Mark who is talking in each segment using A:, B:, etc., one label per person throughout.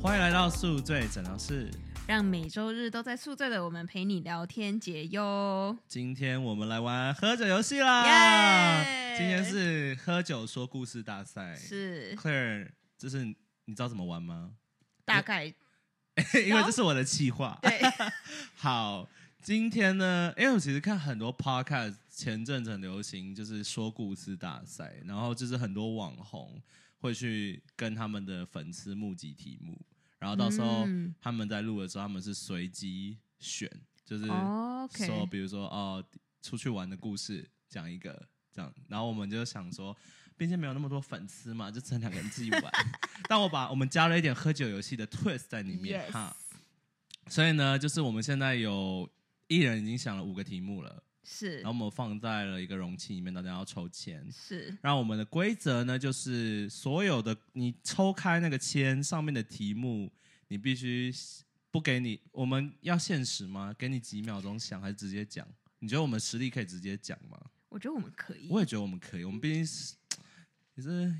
A: 欢迎来到宿醉诊疗室。
B: 让每周日都在宿醉的我们陪你聊天解忧。
A: 今天我们来玩喝酒游戏啦
B: 耶
A: 今天是喝酒说故事大赛。
B: 是
A: Claire，这是你你知道怎么玩吗？
B: 大概
A: 因为这是我的计划。
B: 对
A: 好，今天呢，因为我其实看很多 podcast，前阵子很流行就是说故事大赛，然后就是很多网红会去跟他们的粉丝募集题目，然后到时候
B: 嗯
A: 他们在录的时候，他们是随机选，就是
B: 哦，OK
A: 说，比如说哦，出去玩的故事讲一个这样，然后我们就想说。毕竟没有那么多粉丝嘛， 就只能两个人自己玩。但我把我们加了一点喝酒游戏的 twist 在里面
B: Yes
A: 哈，所以呢，就是我们现在有一人已经想了五个题目了，
B: 是
A: 然后我们放在了一个容器里面，大家要抽签。
B: 是
A: 然后我们的规则呢，就是所有的你抽开那个签上面的题目，你必须不给你，我们要限时吗？给你几秒钟想，还是直接讲？你觉得我们实力可以直接讲吗？
B: 我觉得我们可以
A: 我。也觉得我们可以，我们毕竟是也是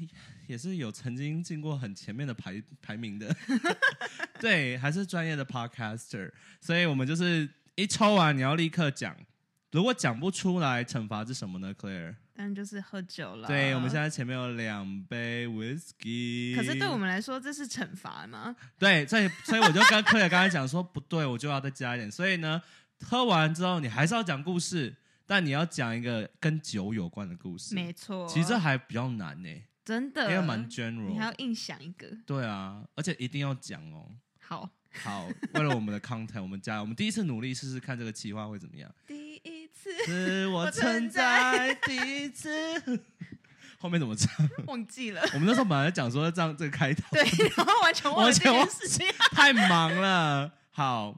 A: 也是有曾经进过很前面的排排名的， 对，还是专业的 podcaster，所以我们就是一抽完你要立刻讲，如果讲不出来，惩罚是什么呢？Claire，
B: 当然就是喝酒了。
A: 对我们现在前面有两杯 whisky，
B: 可是对我们来说，这是惩罚吗？
A: 对，所以所以我就跟 Claire 刚才讲说不对，我就要再加一点，所以呢，喝完之后你还是要讲故事。但你要讲一个跟酒有关的故事，
B: 没错，
A: 其实这还比较难欸呢、
B: 真的
A: 因为蛮
B: 你还要
A: general。
B: 硬想一个。
A: 对啊，而且一定要讲哦。
B: 好，
A: 好，为了我们的 content，我们加油，我们第一次努力试试看这个企划会怎么样。
B: 第一次
A: 是我
B: 我
A: 存
B: 存
A: 在第一次。 后面怎么唱？
B: 忘记了，
A: 我们那时候本来讲说这样这个开头，
B: 对， 然后完全忘了
A: 完
B: 这
A: 全忘
B: 件事情。
A: 太忙了。好，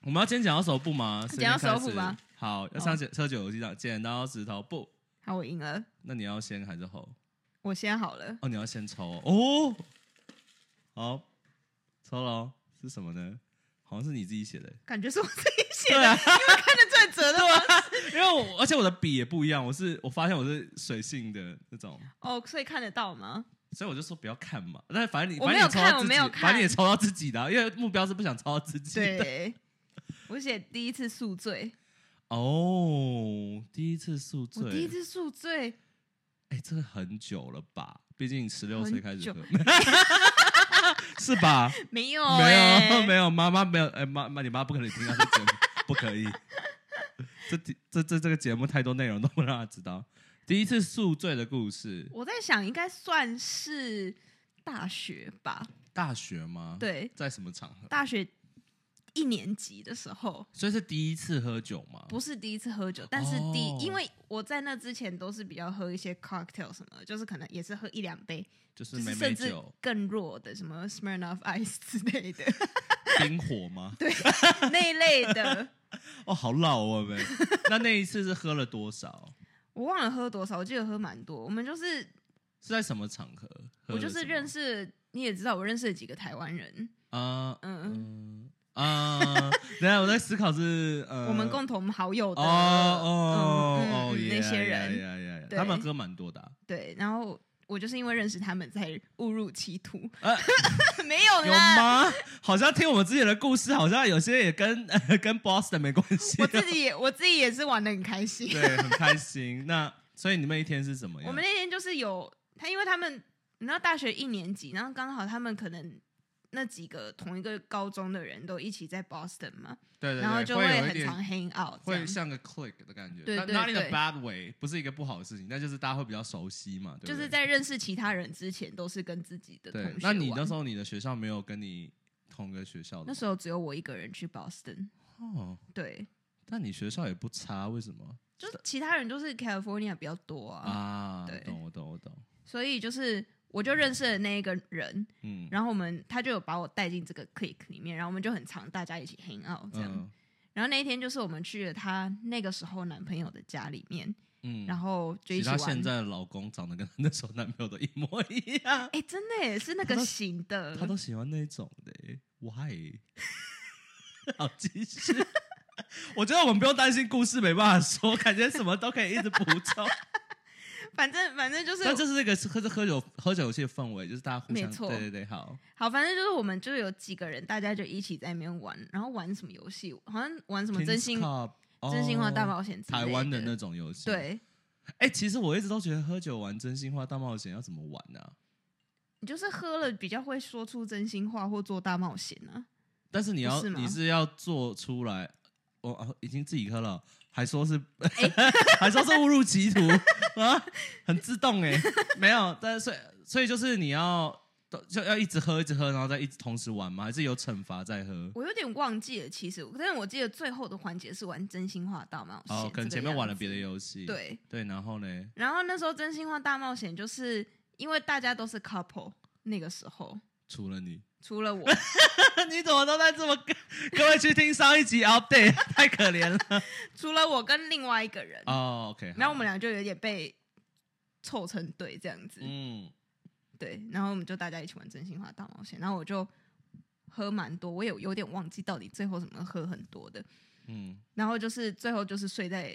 A: 我们要先讲到手部吗？
B: 讲
A: 谁先
B: 到
A: 开
B: 手部
A: 始
B: 吧。
A: 好，要上剪喝酒游戏上剪刀石头布，
B: 好，我赢了，
A: 那你要先还是后？
B: 我先好了。
A: 哦，你要先抽哦。哦好，抽了、哦、是什么呢？好像是你自己写的。
B: 感觉是我自己写
A: 对
B: 的，
A: 啊，
B: 看着最折 的吗。
A: 因为我而且我的笔也不一样，我是我发现我是水性的那种，
B: 哦，所以看得到吗？
A: 所以我就说不要看嘛。但反正你
B: 我没有看
A: 反正你抽到自己
B: 我没有看
A: 反正你也抽到自己的啊、因为目标是不想抽到自己的。
B: 对，我写第一次宿醉，
A: 哦，第一次宿
B: 我第
A: 醉，
B: 一次宿醉，
A: 哎、这个很久了吧？毕竟十六岁
B: 很
A: 开始
B: 久
A: 喝， 是吧？
B: 没有、
A: 没
B: 欸，
A: 有没有，妈妈没有，哎、妈妈，你妈不可能听到这节目，不可以。这这这这个节目太多内容都不让她知道。第一次宿醉的故事，
B: 我在想，应该算是大学吧？
A: 大学吗？，
B: 对，
A: 在什么场合？
B: 大学一年级的时候，
A: 所以是第一次喝酒吗？
B: 不是第一次喝酒，但是第、
A: 哦
B: 因为我在那之前都是比较喝一些 cocktail 什么的，就是可能也是喝一两杯，
A: 就是
B: 就
A: 美
B: 是
A: 美
B: 甚至
A: 酒、
B: 更弱的什 么 Smirnoff Ice 之类的
A: 冰火 吗？
B: 那一类 的。
A: 哦，好老哦，们。那那一次是喝了多少？
B: 我忘了喝多少，我记得喝蛮多。我们就是
A: 是在什么场合？
B: 我就是认
A: 识
B: 识，你也知道，我认识了几个台湾人，
A: 啊，
B: 嗯，
A: 嗯啊， 等一下我在思考是呃，
B: 我们共同好友
A: 哦
B: 的，
A: 哦
B: 嗯嗯
A: 哦
B: 嗯
A: 耶
B: 那些人，
A: 呀呀呀，
B: 对
A: 他们喝蛮多的啊，
B: 对，然后我就是因为认识他们才误入歧途，
A: 呃
B: 没有
A: 有
B: 啦，
A: 吗？ 好像听我们之前的故事，好像有些也跟 跟 Boston 没关系
B: 我，自己也我自己也是玩的很开心。
A: 对，很开心。那所以你们一天是怎么样？
B: 我们那天就是有他，因为他们你知道大学一年级，然后刚好他们可能那几个同一个高中的人都一起在 Boston 嘛，
A: 对对对，
B: 然后就
A: 会有一
B: 很
A: 点
B: 常 hang out，这
A: 会
B: 样
A: 像个 click 的感觉，
B: 对
A: 但
B: 对
A: not in a
B: 对
A: bad way，不是一个不好的事情，但就是大家会比较熟悉嘛，对不对
B: 就是在认识其他人之前都是跟自己的同
A: 对
B: 学。
A: 那你
B: 玩嗯
A: 那时候你的学校没有跟你同个学校的
B: 那时候只有我一个人去 Boston，
A: 哦，
B: 对，
A: 但你学校也不差，为什么
B: 就是其他人都是 California 比较多啊，
A: 啊？
B: 对
A: 懂我懂我懂，
B: 所以就是我就认识了那一个人，
A: 嗯，
B: 然后我们他就有把我带进这个 clique 里面，然后我们就很常大家一起 hang out 这样。
A: 嗯
B: 然后那一天就是我们去了她那个时候男朋友的家里面，
A: 嗯，
B: 然后就一
A: 其
B: 起
A: 他现
B: 玩。
A: 在的老公长得跟她那时候男朋友都一模一样，
B: 哎、真的耶，是那
A: 他
B: 个
A: 都
B: 型的，
A: 他都喜欢那种的欸，why？好机 智。 我觉得我们不用担心故事没办法说，感觉什么都可以一直补充。
B: 反正反正就是
A: 但这是一个喝喝酒喝酒游戏的氛围，就是大家互相
B: 没错
A: 对对对，好，
B: 好，反正就是我们就有几个人，大家就一起在那边玩，然后玩什么游戏，好像玩什么
A: King's
B: 真心
A: Cup，哦
B: 真心话大冒险之类
A: 台湾的
B: 的
A: 那种游戏，，
B: 对，
A: 哎、其实我一直都觉得喝酒玩真心话大冒险要怎么玩啊呢、
B: 你就是喝了比较会说出真心话或做大冒险啊。
A: 但是你要
B: 不是吗
A: 你是要做出来，我、哦、已经自己喝了，还说是、
B: 哎
A: 还说是误入歧途啊，很自动哎、没有，但是所以所以就是你要就要一直喝一直喝，然后再一直同时玩吗？还是有惩罚再喝？
B: 我有点忘记了，其实，但是我记得最后的环节是玩真心话大冒险，
A: 哦，可能前面玩了别的
B: 游
A: 游戏，
B: 对。
A: 对，然后呢？
B: 然后那时候真心话大冒险，就是因为大家都是 couple，那个时候
A: 除了你，
B: 除了我，
A: 你怎么都在这么跟？各位去听上一集 update，太 可怜了。
B: 除了我跟另外一个人，
A: 哦，OK，好
B: 然后我们俩就有点被凑成对这样子，
A: 嗯，
B: 对，然后我们就大家一起玩真心话大冒险，然后我就喝蛮多，我也有点忘记到底最后怎么喝很多的，
A: 嗯，
B: 然后就是最后就是睡在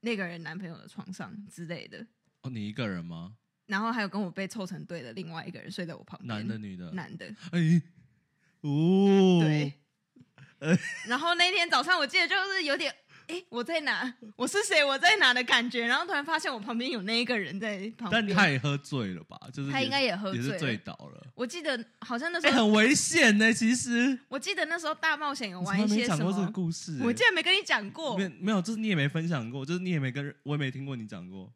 B: 那个人男朋友的床上之类的，
A: 哦，你一个人吗？
B: 然后还有跟我被凑成对的另外一个人睡在我旁边，
A: 男的，女的？
B: 男的，
A: 哎，哦，
B: 对，然后那天早上我记得就是有点。哎，我在哪？我是谁？我在哪的感觉？然后突然发现我旁边有那一个人在旁边，
A: 但他也喝醉了吧？就是
B: 他应该
A: 也
B: 也喝
A: 也
B: 醉
A: 是醉
B: 了。
A: 倒了。
B: 我记得好像那时
A: 哎、
B: 候，
A: 很危险呢、其实
B: 我记得那时候大冒险有
A: 我
B: 玩一
A: 没
B: 些
A: 讲
B: 什
A: 过这个
B: 么，
A: 故事、哎欸
B: 我竟然没跟你讲过
A: 没。没有，就是你也没分享过，就是你也没跟我也没听过你讲过。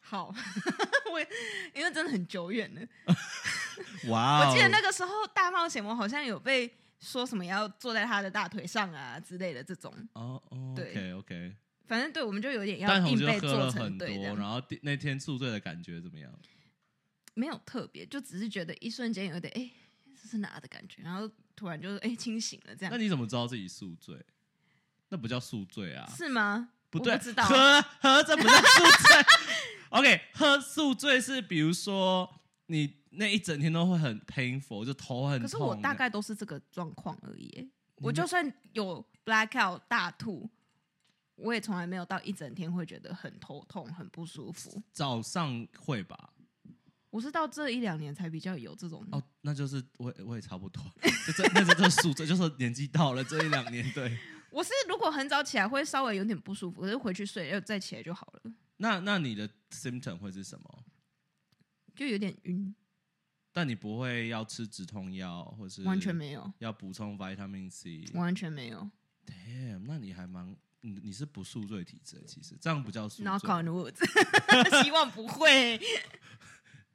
B: 好，我因为真的很久远了。
A: 哇、哦，
B: 我记得那个时候大冒险，我好像有被说什么要坐在他的大腿上啊之类的这种。
A: 哦哦
B: 对
A: ，OK OK，
B: 反正对我们就有点要
A: 但
B: 硬
A: 红就
B: 被
A: 喝
B: 做
A: 了
B: 成
A: 很多
B: 对，这样
A: 然后第那天宿醉的感觉怎么样？
B: 没有特别，就只是觉得一瞬间有点哎、这是哪的感觉，然后突然就是哎、清醒了这
A: 那
B: 样，
A: 你怎么知道自己宿醉？那不叫宿醉啊，
B: 是吗？
A: 不
B: 我
A: 对，
B: 知道。
A: 喝喝这不是宿醉。OK，喝宿醉是比如说你那一整天都会很 painful，就头很痛。嗯
B: 可是我大概都是这个状况而已、欸我
A: 你
B: 就算有 blackout 大吐，我也从来没有到一整天会觉得很头痛、很不舒服。
A: 早上会吧？
B: 我是到这一两年才比较有这种，
A: 哦，那就是我也我也差不多， 就这那这这宿醉，就是年纪到了这一两年，对。
B: 我是如果很早起来会稍微有点不舒服，可是回去睡又哎再起来就好了，
A: 那那你的 symptom 会是什么？
B: 就有点晕，
A: 但你不会要吃止痛药，或是
B: 完全没有，
A: 要补充 vitamin C。
B: 完全没有。
A: Damn，那你还蛮你你是不宿醉体质的，其实这样不叫宿
B: Knock
A: 醉。
B: on wood，希 望 不会。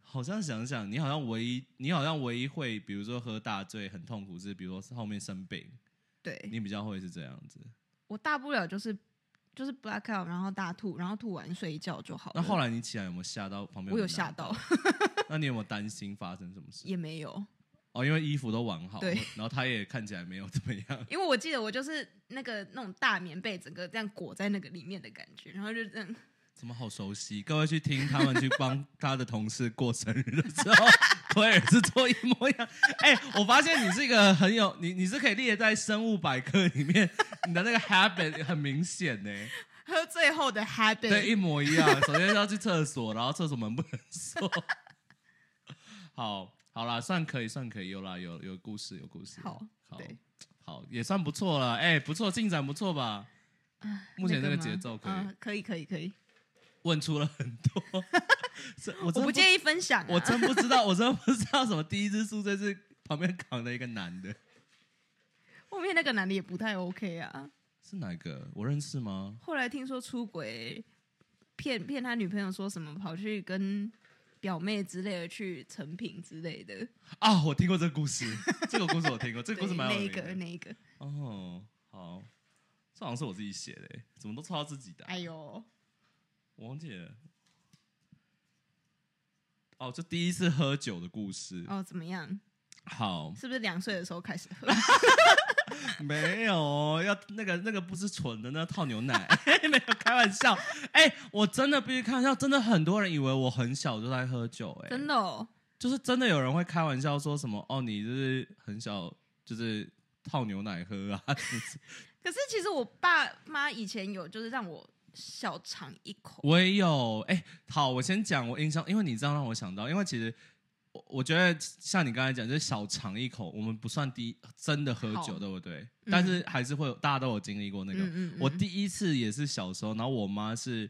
A: 好像想想，你好像唯一，你好像唯一会，比如说喝大醉很痛苦，是比如说是后面生病，
B: 对
A: 你比较会是这样子。
B: 我大不了就是就是 blackout，然后大吐，然后吐完睡一觉就好
A: 那
B: 了。
A: 后来你起来有没有吓到旁边？
B: 哦我有吓到，，
A: 那你有没有担心发生什么事？
B: 也没有。
A: 哦，因为衣服都完好，
B: 对
A: 然后他也看起来没有怎么样。
B: 因为我记得我就是那个那种大棉被，整个这样裹在那个里面的感觉，然后就这样，
A: 怎么好熟悉？各位去听他们去帮他的同事过生日的时 候，推尔是做一模一样。哎、我发现你是一个很有你，你是可以列在生物百科里面，你的那个 habit 很明显呢、
B: 喝醉后的 habit，
A: 对，一模一样。首先要去厕所，然后厕所门不能锁。 好，好啦，算可以，算可以，有啦，有有故事，有故事。
B: 好
A: 好
B: 对，
A: 好，也算不错了。哎、不错，进展不错吧？目前这
B: 那
A: 个
B: 吗
A: 节奏可以，
B: 嗯可以，可以，可以，
A: 问出了很多。 这我
B: 我
A: 真
B: 不
A: 不
B: 介意分享、啊，
A: 我真不知道，我真不知道什么第一只宿醉是旁边扛了一个男的，
B: 后面那个男的也不太 OK 啊。
A: 是哪个？我认识吗？
B: 后来听说出轨，骗骗他女朋友说什么跑去跟表妹之类的去成品之类的，
A: 啊，我听过这个故 事，这个故事我听过，这个
B: 对，
A: 故事蛮
B: 那
A: 有
B: 一
A: 名
B: 个
A: 的。
B: 那一个，
A: 哦，好，这好像是我自己写的欸，怎么都抄自己的啊、
B: 哎呦，
A: 我忘记了。哦，就第一次喝酒的故事。
B: 哦，怎么样？
A: 好，
B: 是不是两岁的时候开始喝？
A: 没有哦要那个那个不是纯的，那泡牛奶， 没有开玩笑。哎、我真的必须开玩笑，真的很多人以为我很小就在喝酒、哎，
B: 真的哦，
A: 就是真的有人会开玩笑说什么哦，你就是很小就是泡牛奶喝啊，
B: 可是其实我爸妈以前有就是让我小尝一口。
A: 我也有，哎、好，我先讲我印象，因为你这样让我想到，因为其实我我觉得像你刚才讲，就是小尝一口，我们不算第一真的喝酒，
B: 好嗯
A: 对不对？但是还是会有，大家都有经历过那个。
B: 嗯嗯
A: 我
B: 嗯
A: 第一次也是小时候，然后我妈是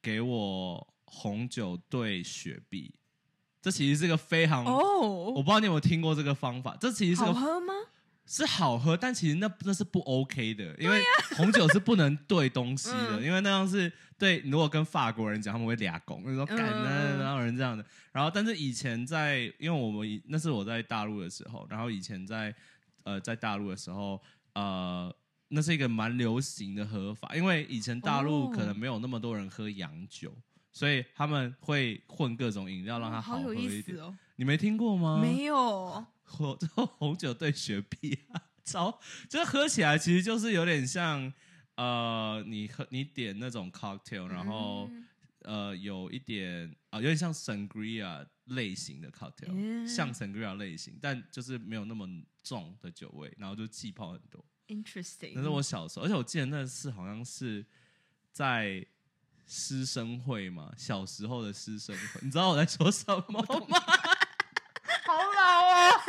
A: 给我红酒兑雪碧，这其实是个非常。我
B: 哦，
A: 不知道你有没有听过这个方法，这其实是
B: 好
A: 个
B: 喝吗？
A: 是好喝，但其实那那是不 OK 的，因为红酒是不能兑东西的，
B: 嗯
A: 因为那样是对。如果跟法国人讲，他们会俩拱，那种
B: 嗯
A: 感
B: 嗯
A: 那
B: 嗯
A: 然后人这样的。然后，但是以前在，因为我们以那是我在大陆的时候，然后以前在呃在大陆的时候，呃，那是一个蛮流行的喝法，因为以前大陆
B: 哦
A: 可能没有那么多人喝洋酒。所以他们会混各种饮料，让它
B: 哦
A: 好
B: 好
A: 喝
B: 有
A: 一
B: 意
A: 点。嗯
B: 思哦，
A: 你没听过吗？
B: 没有，
A: 火这 红酒兑雪碧啊，超这喝起来其实就是有点像呃，你喝你点那种 cocktail，然后、
B: 嗯
A: 呃有一点啊、有点像 sangria 类型的 cocktail，、
B: 嗯
A: 像 sangria 类型，但就是没有那么重的酒味，然后就气泡很多。
B: interesting，
A: 那是我小时候，而且我记得那次好像是在。师生会嘛，小时候的师生会，你知道我在说什么吗？
B: 好 老哦，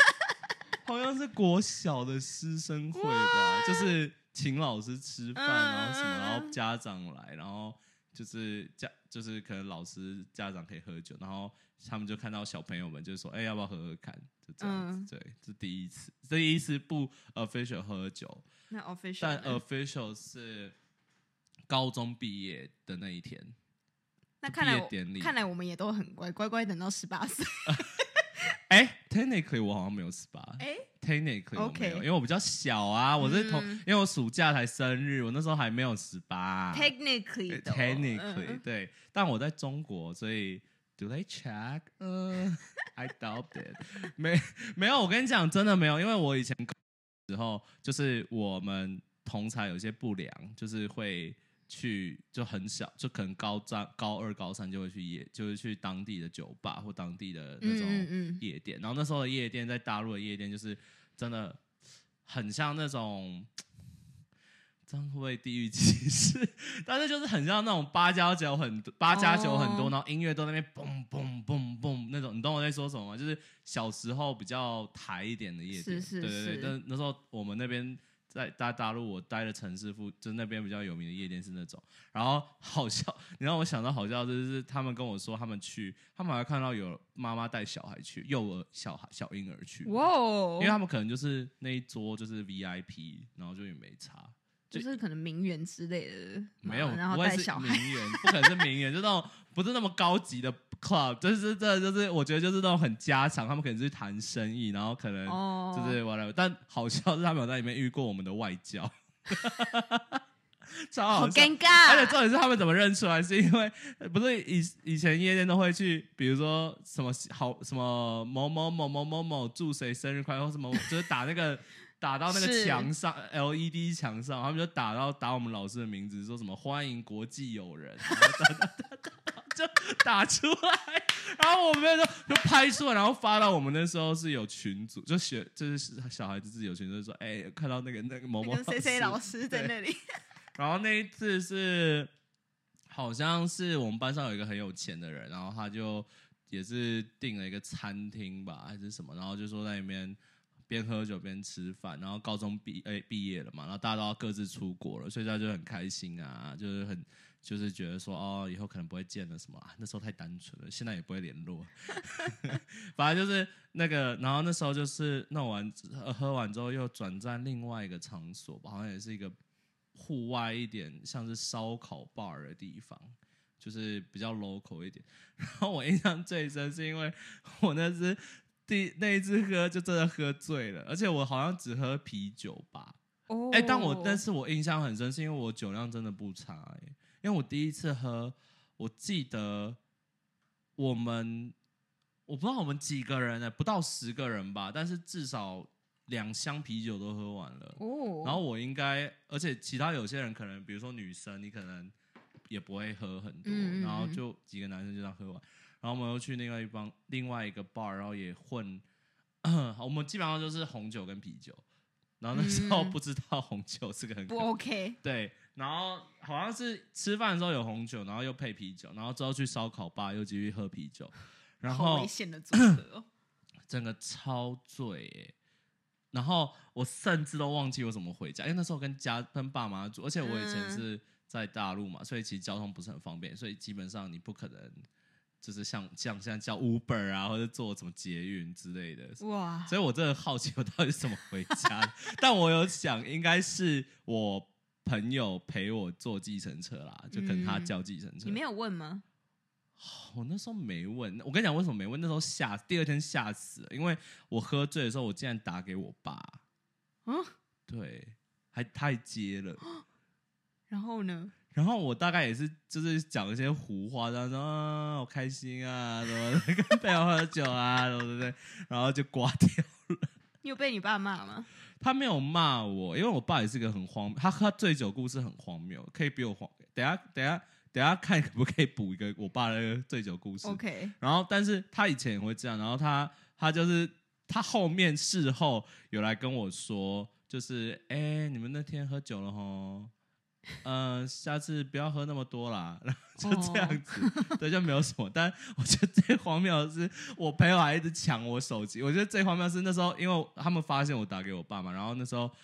A: 好像是国小的师生会吧，就是请老师吃饭，
B: 嗯
A: 然后什么，
B: 嗯嗯
A: 然后家长来，然后就是家就是可能老师家长可以喝酒，然后他们就看到小朋友们就说，哎、要不要喝喝看？就这
B: 嗯
A: 样子，对，这第一次，这第一次不 official 喝酒，
B: 那 official，
A: 但呃
B: 呢
A: official 是高中毕业的那一天，
B: 那看来
A: 毕业典礼
B: 我看来我们也都很乖，乖乖等到十八岁。
A: 哎、t e c h n i c a l l y 我好像没有十八、
B: 哎，
A: technically 我没
B: OK
A: 有，因为我比较小啊，我是同，
B: 嗯
A: 因为我暑假才生日，我那时候还没有十八、
B: technically 的哦
A: 啊呃 technically、
B: 嗯
A: 对，但我在中国，所以 do they check？嗯、i doubt it 没。没有，我跟你讲，真的没有，因为我以前高中的时候就是我们同才有一些不良，就是会。去就很小，就可能高三、高二、高三就会去夜，就是去当地的酒吧或当地的那
B: 嗯
A: 种
B: 嗯嗯
A: 夜店，然后那时候的夜店在大陆的夜店就是真的很像那种，这样会不会地域歧视？ 但是就是很像那种八加九很多，八加九很多，
B: 哦
A: 然后音乐都在那边嘣嘣嘣嘣那种，你懂我在说什么吗？就是小时候比较台一点的夜店，
B: 是是
A: 对对对
B: 是。
A: 但那时候我们那边在大大陆，我待的城市附，就是那边比较有名的夜店是那种。然后好笑，你让我想到好笑，就是他们跟我说他们去，他们还看到有妈妈带小孩去，幼儿小孩小婴儿去，
B: 嗯，哇哦
A: 因为，他们可能就是那一桌就是 VIP，然后就也没差。
B: 就是可能名媛之类的，
A: 没有，
B: 嗯然后
A: 不会
B: 带
A: 是
B: 小孩，
A: 名媛，不可能是名媛，就那种不是那么高级的 club，就是这就是我觉得就是那种很家常，他们可能是谈生意，然后可能
B: 哦
A: 就是 whatever，、但好笑是他们有在里面遇过我们的外教， 超
B: 好
A: 好笑。
B: 尴
A: 而且
B: 尬。
A: 重哦点是他们怎么认出来，是因为不是以以前夜店都会去，比如说什么好什么某某某某某某祝谁生日快乐，或什么就是打那个打到那个
B: 是
A: 墙上 LED 墙上，他们就打到打我们老师的名字，说什么欢迎国际友人，然后打打打打就打出来，然后我们就就拍出来，然后发到我们那时候是有群组，就学就是小孩子自己有群组就说，哎、看到那个那个某某
B: 跟 C C 老
A: 师
B: 师在那里，
A: 然后那一次是，好像是我们班上有一个很有钱的人，然后他就也是订了一个餐厅吧，还是什么，然后就说在里面边喝酒边吃饭，然后高中毕诶毕业了嘛，然后大家都要各自出国了，所以大家就很开心啊，就是很。就是觉得说哦，以后可能不会见了什么啊，那时候太单纯了，现在也不会联络。反正就是那个，然后那时候就是弄完呃喝完之后，又转战另外一个场所吧，好像也是一个户外一点，像是烧烤 bar 的地方，就是比较 local 一点。然后我印象最深是因为我那只第那一次喝就真的喝醉了，而且我好像只喝啤酒吧。
B: 哦
A: 哎、但我但是我印象很深，是因为我酒量真的不差、哎，因为我第一次喝，我记得我们我不知道我们几个人呢、哎不到十个人吧，但是至少两箱啤酒都喝完了。
B: 哦，
A: 然后我应该，而且其他有些人可能，比如说女生，你可能也不会喝很多，
B: 嗯嗯嗯
A: 然后就几个男生就这样喝完。然后我们又去另外一帮另外一个 bar，然后也混， 我们基本上就是红酒跟啤酒。然后那时候
B: 嗯
A: 不知道红酒是个很可
B: 不 OK，
A: 对，然后好像是吃饭的时候有红酒，然后又配啤酒，然后之后去烧烤吧又继续喝啤酒，然
B: 好
A: 后
B: 危险的组 合哦。
A: 整个超醉耶。然后我甚至都忘记我怎么回家，因为那时候跟家跟爸妈住，而且我以前
B: 嗯
A: 是在大陆嘛，所以其实交通不是很方便，所以基本上你不可能就是像像像叫 Uber 啊，或者坐什么捷运之类的，
B: 哇，
A: 所以我真的好奇我到底是怎么回家的，但我有想应该是我朋友陪我坐计程车啦，就跟他叫计程车。
B: 你没有问吗？
A: 我哦那时候没问，我跟你讲为什么没问，那时候吓，第二天吓死了，因为我喝醉的时候，我竟然打给我爸，
B: 嗯，
A: 对，还他还接了。
B: 然后呢？
A: 然后我大概也是就是讲一些胡话，然后说啊好开心啊，什么的跟朋友喝酒啊，什么的，然后就挂掉。
B: 你有被你爸骂吗？
A: 他没有骂我，因为我爸也是个很荒，他他醉酒故事很荒谬，可以比我荒。等一下等一下等一下看可不可以补一个我爸的醉酒故事。
B: OK，
A: 然后，但是他以前也会这样，然后他他就是他后面事后有来跟我说，就是哎、诶你们那天喝酒了吼，嗯、下次不要喝那么多啦， 然后就这样子，对，就没有什么。但我觉得最荒谬的是， 我朋友还一直抢我手机。我觉得最荒谬的是那时候，因为他们发现我打给我爸嘛，然后那时候。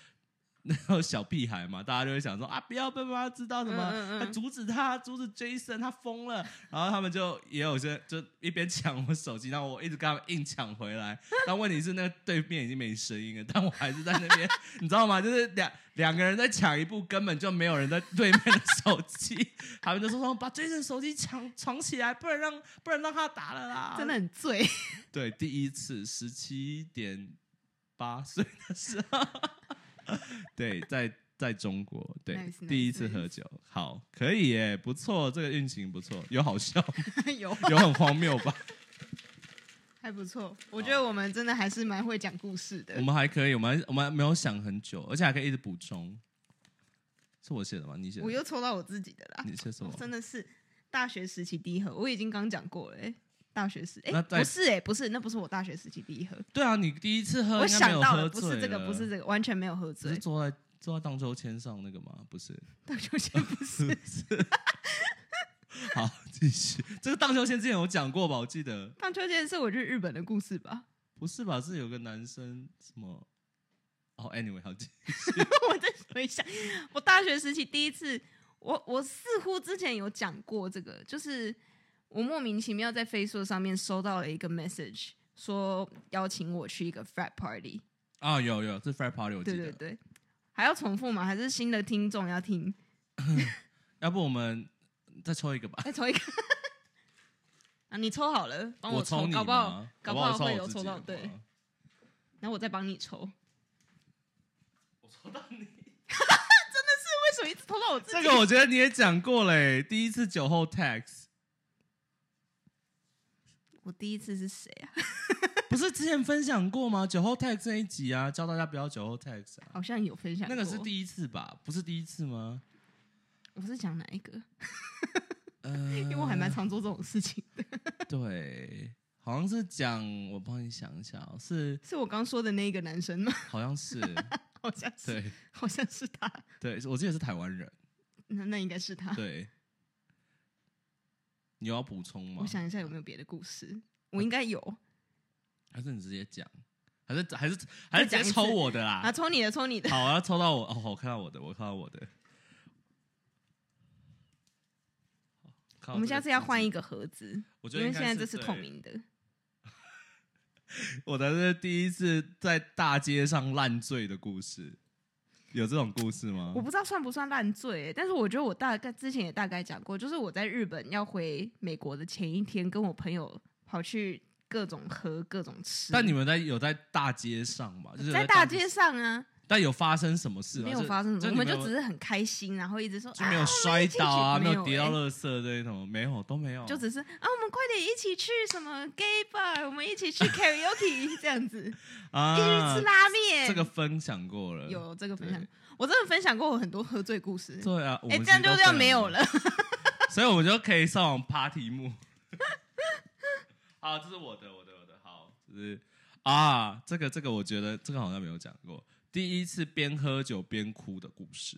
A: 那时候小屁孩嘛，大家就会想说啊，不要被妈妈知道什么，
B: 嗯嗯嗯
A: 他阻止他，阻止 Jason，他疯了。然后他们就也有些就一边抢我手机，然后我一直跟他们硬抢回来。但问题是，那个对面已经没声音了，但我还是在那 边，你知道吗？就是两两个人在抢一部，根本就没有人在对面的手机。他们就说什么把 Jason 手机抢藏起来，不然让不然让他打了啦。
B: 真的很醉。
A: 对，第一次十七点八岁的时候，对，在在中国，对
B: Nice,
A: 第一次
B: nice,
A: 喝酒，好，可以耶，不错，这个运行不错，有好笑，
B: 有，
A: 有很荒谬吧？
B: 还不错。我觉得我们真的还是蛮会讲故事的
A: 我。们还可以，我们还我们还没有想很久，而且还可以一直补充。是我写的吗？你写的
B: 我？又抽到我自己的啦，
A: 你写什么
B: 我？真的是大学时期第一盒，我已经刚讲过了、欸。大学时，哎、
A: 那再
B: 不是哎、不是，那不是我大学时期第一盒。
A: 对啊，你第一次喝
B: 我
A: 应该没
B: 想
A: 有
B: 到
A: 喝
B: 了，
A: 醉
B: 不是这个，
A: 了
B: 不是这个，完全没有喝
A: 只是
B: 醉。
A: 坐在坐在荡秋千上那个吗？不是，
B: 荡秋千不是
A: 好，继续。这个荡秋千之前有讲过吧？我记得。
B: 荡秋千，是我去日本的故事吧？
A: 不是吧？是有个男生什么？哦、a n y w a y 好记，
B: 我在回想，我大学时期第一次，我我似乎之前有讲过这个，就是我莫名其妙在 Facebook 上面收到了一个 message，说邀请我去一个 frat party。
A: 啊、有有，是 Fire Party，我记
B: 对
A: 得。
B: 对对，还要重复吗？还是新的听众要听？
A: 要不我们再抽一个吧？
B: 再抽一个啊！你抽好了，帮
A: 我
B: 抽，
A: 你
B: 搞不好
A: 吗
B: 搞
A: 不
B: 不好
A: 我
B: 会
A: 我
B: 有
A: 自
B: 抽
A: 己
B: 到
A: 的
B: 对，
A: 吗
B: 然后我再帮你抽。
A: 我抽到 你。
B: 为什么一直抽到我自己？
A: 这个我觉得你也讲过嘞，第一次酒后 tax，
B: 我第一次是谁啊？
A: 不是之前分享过吗？酒后 tax 那一集啊，教大家不要酒后 tax 啊。
B: 好像有分享
A: 那个是
B: 过，
A: 第一次吧？不是第一次吗？
B: 我是讲哪一个？
A: 呃，
B: 因为我还蛮常做这种 事情。
A: 对，好像是讲，我帮你想一下哦，是
B: 是我刚说的那一个男生吗？
A: 好像是，
B: 好像是，
A: 对
B: 好像是他，
A: 对，我记得是台湾人。
B: 那那应该是他。
A: 对，你有要补充吗？
B: 我想一下有没有别的故事，我应该有。
A: 还是你直接讲，还是还是还是
B: 再
A: 直
B: 讲
A: 接
B: 一次
A: 抽我的
B: 啊，
A: 啦？
B: 抽你的，抽你的。
A: 好，我要抽到我哦，我看到我的，我看到我的。
B: 我们下次要换一
A: 个，
B: 个盒子，
A: 我觉
B: 因
A: 得
B: 为
A: 应该
B: 现在这
A: 是
B: 是
A: 对
B: 透。明的。
A: 我的是第一次在大街上烂醉的故事，有这种故事吗
B: 我？不知道算不算烂醉、欸，但是我觉得我大概之前也大概讲过，就是我在日本要回美国的前一天，跟我朋友跑去各种喝各种吃。
A: 但你们在有在大街上吗？就是有
B: 在大，街上啊，
A: 但有发生什么事吗？
B: 没有
A: 啊就
B: 发生什
A: 就
B: 么，我
A: 你们
B: 们就
A: 有
B: 只是很开心，然后一直说
A: 就没有摔倒啊，
B: 啊
A: 没
B: 没有
A: 有跌到
B: 欸
A: 垃圾这一种，没有都没有，
B: 就只是啊，我们快点一起去什么 gay bar，我们一 起去 karaoke 这样子，一起去
A: 啊
B: 吃拉面。
A: 这个分享过了，
B: 有这个分享
A: 对，
B: 我真的分享过我很多喝醉故事。
A: 对啊，我
B: 哎、
A: 们
B: 这样
A: 其实
B: 就
A: 都
B: 要
A: 分
B: 没有
A: 享
B: 了。
A: 过， 所以我们就可以上网爬题目。 好，这是我的，我的，我的，好，就是啊，这个这个我觉得这个好像没有讲过，第一次边喝酒边哭的故事。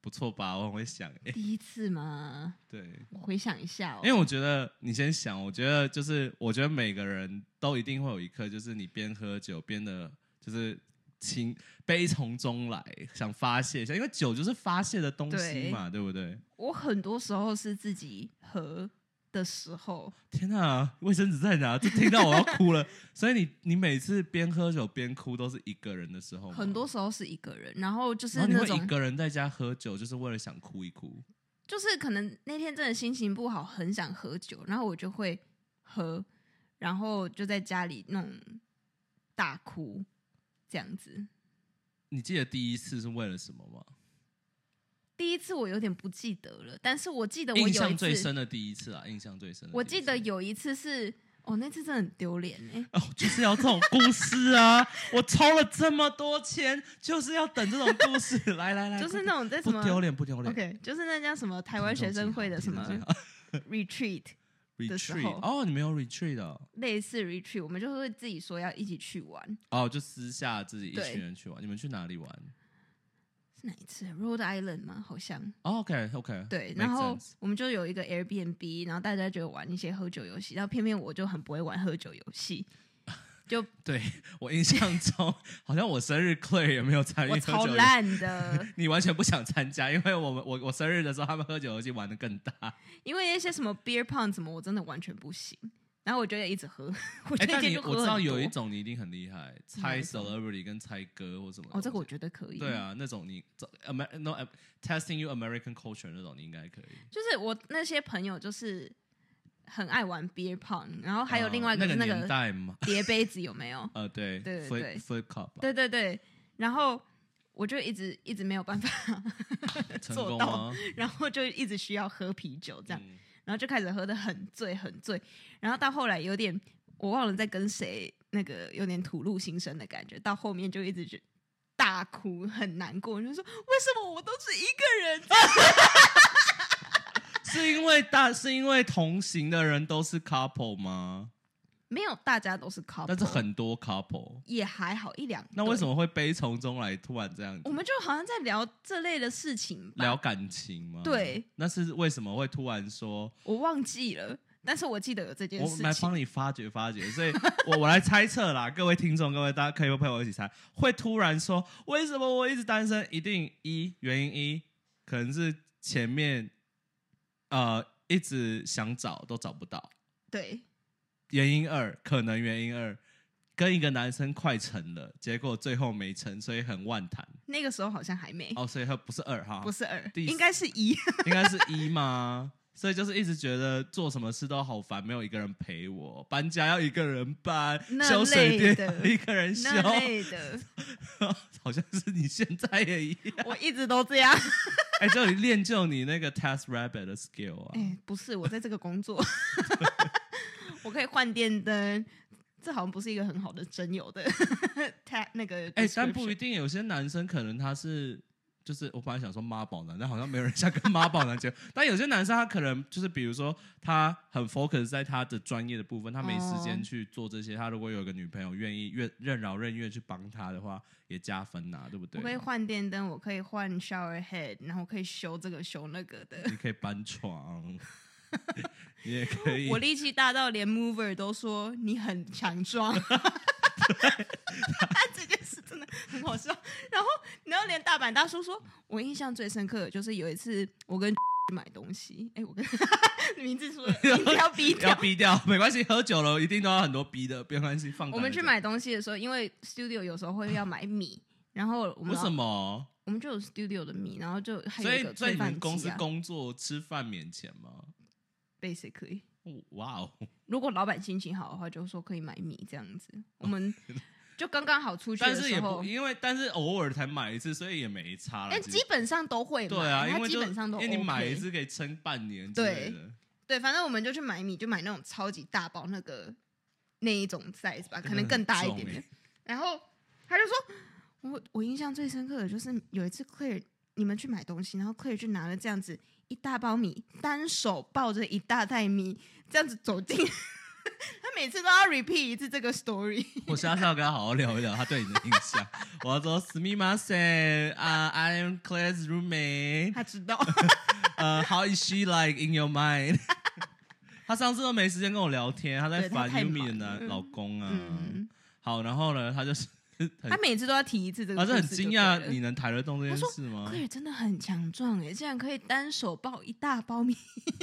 A: 不错吧？我很会想哎、
B: 第一次吗？
A: 对，
B: 我回想一下哦
A: 因为。我觉得你先想，我觉得就是，我觉得每个人都一定会有一刻，就是你边喝酒边的，就是情悲从中来，想发泄一下，因为酒就是发泄的东西嘛，对不对？
B: 我很多时候是自己喝的时候，
A: 天哪、卫生纸在哪？就听到我要哭了。所以你你每次边喝酒边哭都是一个人的时候吗，
B: 很多时候是一个人，然后就是
A: 然后你
B: 那
A: 会一
B: 种，
A: 个人在家喝酒，就是为了想哭一哭。
B: 就是可能那天真的心情不好，很想喝酒，然后我就会喝，然后就在家里那种大哭这样子。
A: 你记得第一次是为了什么吗？
B: 第一次我有点不记得了，但是我记得我
A: 印
B: 有一
A: 象最
B: 次，
A: 深的第一次啊，印象最深的第一次。
B: 我记得有一次是，哦，那次真的很丢脸哎，
A: 哦，就是要这种故事啊！我抽了这么多钱，就是要等这种故事。来来来，
B: 就是那种在什
A: 哎不
B: 么
A: 丢脸，不丢脸。
B: OK，就是那叫什么台湾学生会的什么 retreat，的时候
A: retreat？哦，你们有 retreat 哦，
B: 类似 retreat，我们就会自己说要一起去玩。
A: 哦，就私下自己一
B: 对
A: 群人去玩。你们去哪里玩
B: 是哪一次？Rhode Island 吗？好像
A: ？OK OK，
B: 对。然后我们就有一个 Airbnb，然后大家就玩一些喝酒游戏，然后偏偏我就很不会玩喝酒游戏，就
A: 对我印象中，好像我生日 Clay 也没有参与
B: 我
A: 喝
B: 超
A: 酒游戏。
B: 烂的，
A: 你完全不想参加，因为我们我我生日的时候，他们喝酒游戏玩的更大。
B: 因为那些什么 beer pong 什么，我真的完全不行。然后我就一直喝， 我
A: 哎、
B: 那
A: 但
B: 天
A: 你
B: 就喝
A: 我知道
B: 很
A: 有一
B: 多
A: 种你一定很厉害，
B: 哪
A: 猜
B: 一种
A: celebrity 跟猜歌或什么。
B: 哦，这个我觉得可以。
A: 对，啊，那种你 Amer no Am- testing you American culture 那种，你应该可以。
B: 就是我那些朋友就是很爱玩 beer pong，然后哦还有
A: 呃
B: 另外一个
A: 那
B: 是那
A: 年
B: 个
A: 代嘛，
B: 叠杯子，有没有？
A: 呃，对
B: 对对对
A: ，flip flip cup 啊吧
B: 对对对，然后我就一直一直没有办法
A: 成
B: 做
A: 功啊嗯
B: 到
A: 吗？
B: 然后就一直需要喝啤酒这样，
A: 嗯
B: 然后就开始喝的很醉很醉，然后到后来有点我忘了在跟谁那个有点吐露心声的感觉，到后面就一直觉大哭很难过，就说为什么我都是一个人？
A: 是因为大是因为同行的人都是 couple 吗？
B: 没有，大家都是 couple，
A: 但是很多 couple，
B: 也还好一两，
A: 那为什
B: 么？
A: 么会悲从中来，突然这样
B: 我
A: 子？
B: 们就好像在聊这类的事情吧，
A: 聊感情吗？
B: 对，
A: 那是为什么会突然说？
B: 我忘记了，但是我记得有这件
A: 我
B: 事
A: 来
B: 情。
A: 帮你发掘发掘，所以我我来猜测啦，各位听众，各位大家可以陪我一起猜，会突然说为什么我一直单身？一定一原因一，可能是前面呃一直想找都找不到，
B: 对，
A: 原因二可能原因二跟一个男生快成了，结果最后没成，所以很万谈
B: 那个时候好像还没，
A: 哦，所以他不是二哈，
B: 不是二，
A: 第
B: 应该是 一。
A: 应该是一吗？所以就是一直觉得做什么事都好烦，没有一个人陪我，搬家要一个人搬，
B: 那
A: 修水电
B: 类的
A: 要一个人修，
B: 那类的，
A: 好像是你现在也一样。
B: 我一直都这样。
A: 哎、就你练就你那个 Test Rabbit 的 skill 啊
B: 哎、，不是，我在这个 工作，我可以换电灯。这好像不是一个很好的真友的 他那个。
A: 哎、但不一。定，有些男生可能他是。就是我本来想说妈宝男，但好像没有人想跟妈宝男结婚。 但有些男生他可能就是，比如说他很 focus 在他的专业的部分，他没时间
B: 哦
A: 去做这些。他如果有一个女朋友愿意任任劳任怨去帮他的话，也加分呐、对不对？
B: 我可以换电灯，我可以换 shower head，然后我可以修这个修那个的。
A: 你可以搬 床，你也可以。
B: 我力气大到连 mover 都说你很强壮。 这件事真的很好笑。然后，然后连大阪大叔说，我印象最深刻的就是有一次我跟 买东西，哎、我跟 名字 说了名字要逼
A: 要
B: 掉。
A: 逼掉，没关系，喝酒了一定都要很多逼的，没关系，放。
B: 我们去，买东西的时候，因为 studio 有时候会要买米，然后我们
A: 为什么？
B: 我们就有 studio 的米，然后就还有
A: 所
B: 一
A: 以
B: 个
A: 所以
B: 炊
A: 你
B: 饭
A: 们公
B: 机
A: 司
B: 啊
A: 工作吃饭免钱吗？
B: basically。
A: 哦哇哦，
B: 如果老板心情好的话，就说可以买米这样子。我 们就刚刚好出去
A: 但
B: 的
A: 是也
B: 时候
A: 不，因为，但是偶尔才买一次，所以也没差了。
B: 但
A: 啊其实
B: 基本上都会买，
A: 对啊，因
B: 它
A: 为
B: 基
A: 就
B: 本上都、
A: 因
B: OK、
A: 为你买一次可以撑半年之类的，
B: 对，反正我们就去买米，就买那种超级大包那个那一种 size 吧，
A: 真的
B: 可能更大一
A: 很
B: 点
A: 重
B: 点
A: 欸。
B: 然后他就说，我我印象最深刻的就是有一次 Claire 你们去买东西，然后 Claire 就拿了这样子一大包米，单手抱着一大袋米，这样子走进 他每次都要 repeat 一次这个 story。
A: 我下次要跟他好好聊一聊他对你的印象。我要说 s m i m a s e 啊、i am Claire's roommate。
B: 他知道，
A: 呃、h o w is she like in your mind？他上次都没时间跟我聊天，他在
B: 对他
A: 烦
B: 太
A: Yumi 的
B: 忙了
A: 男
B: 嗯
A: 老公啊。
B: 嗯，
A: 好，然后呢，他就是很
B: 他，每次都要提一次这
A: 他
B: 个故
A: 是
B: 事
A: 很
B: 就对
A: 惊
B: 了。
A: 讶你能抬得动这件事吗
B: 克？尔真的很强壮哎，竟然可以单手抱一大包米。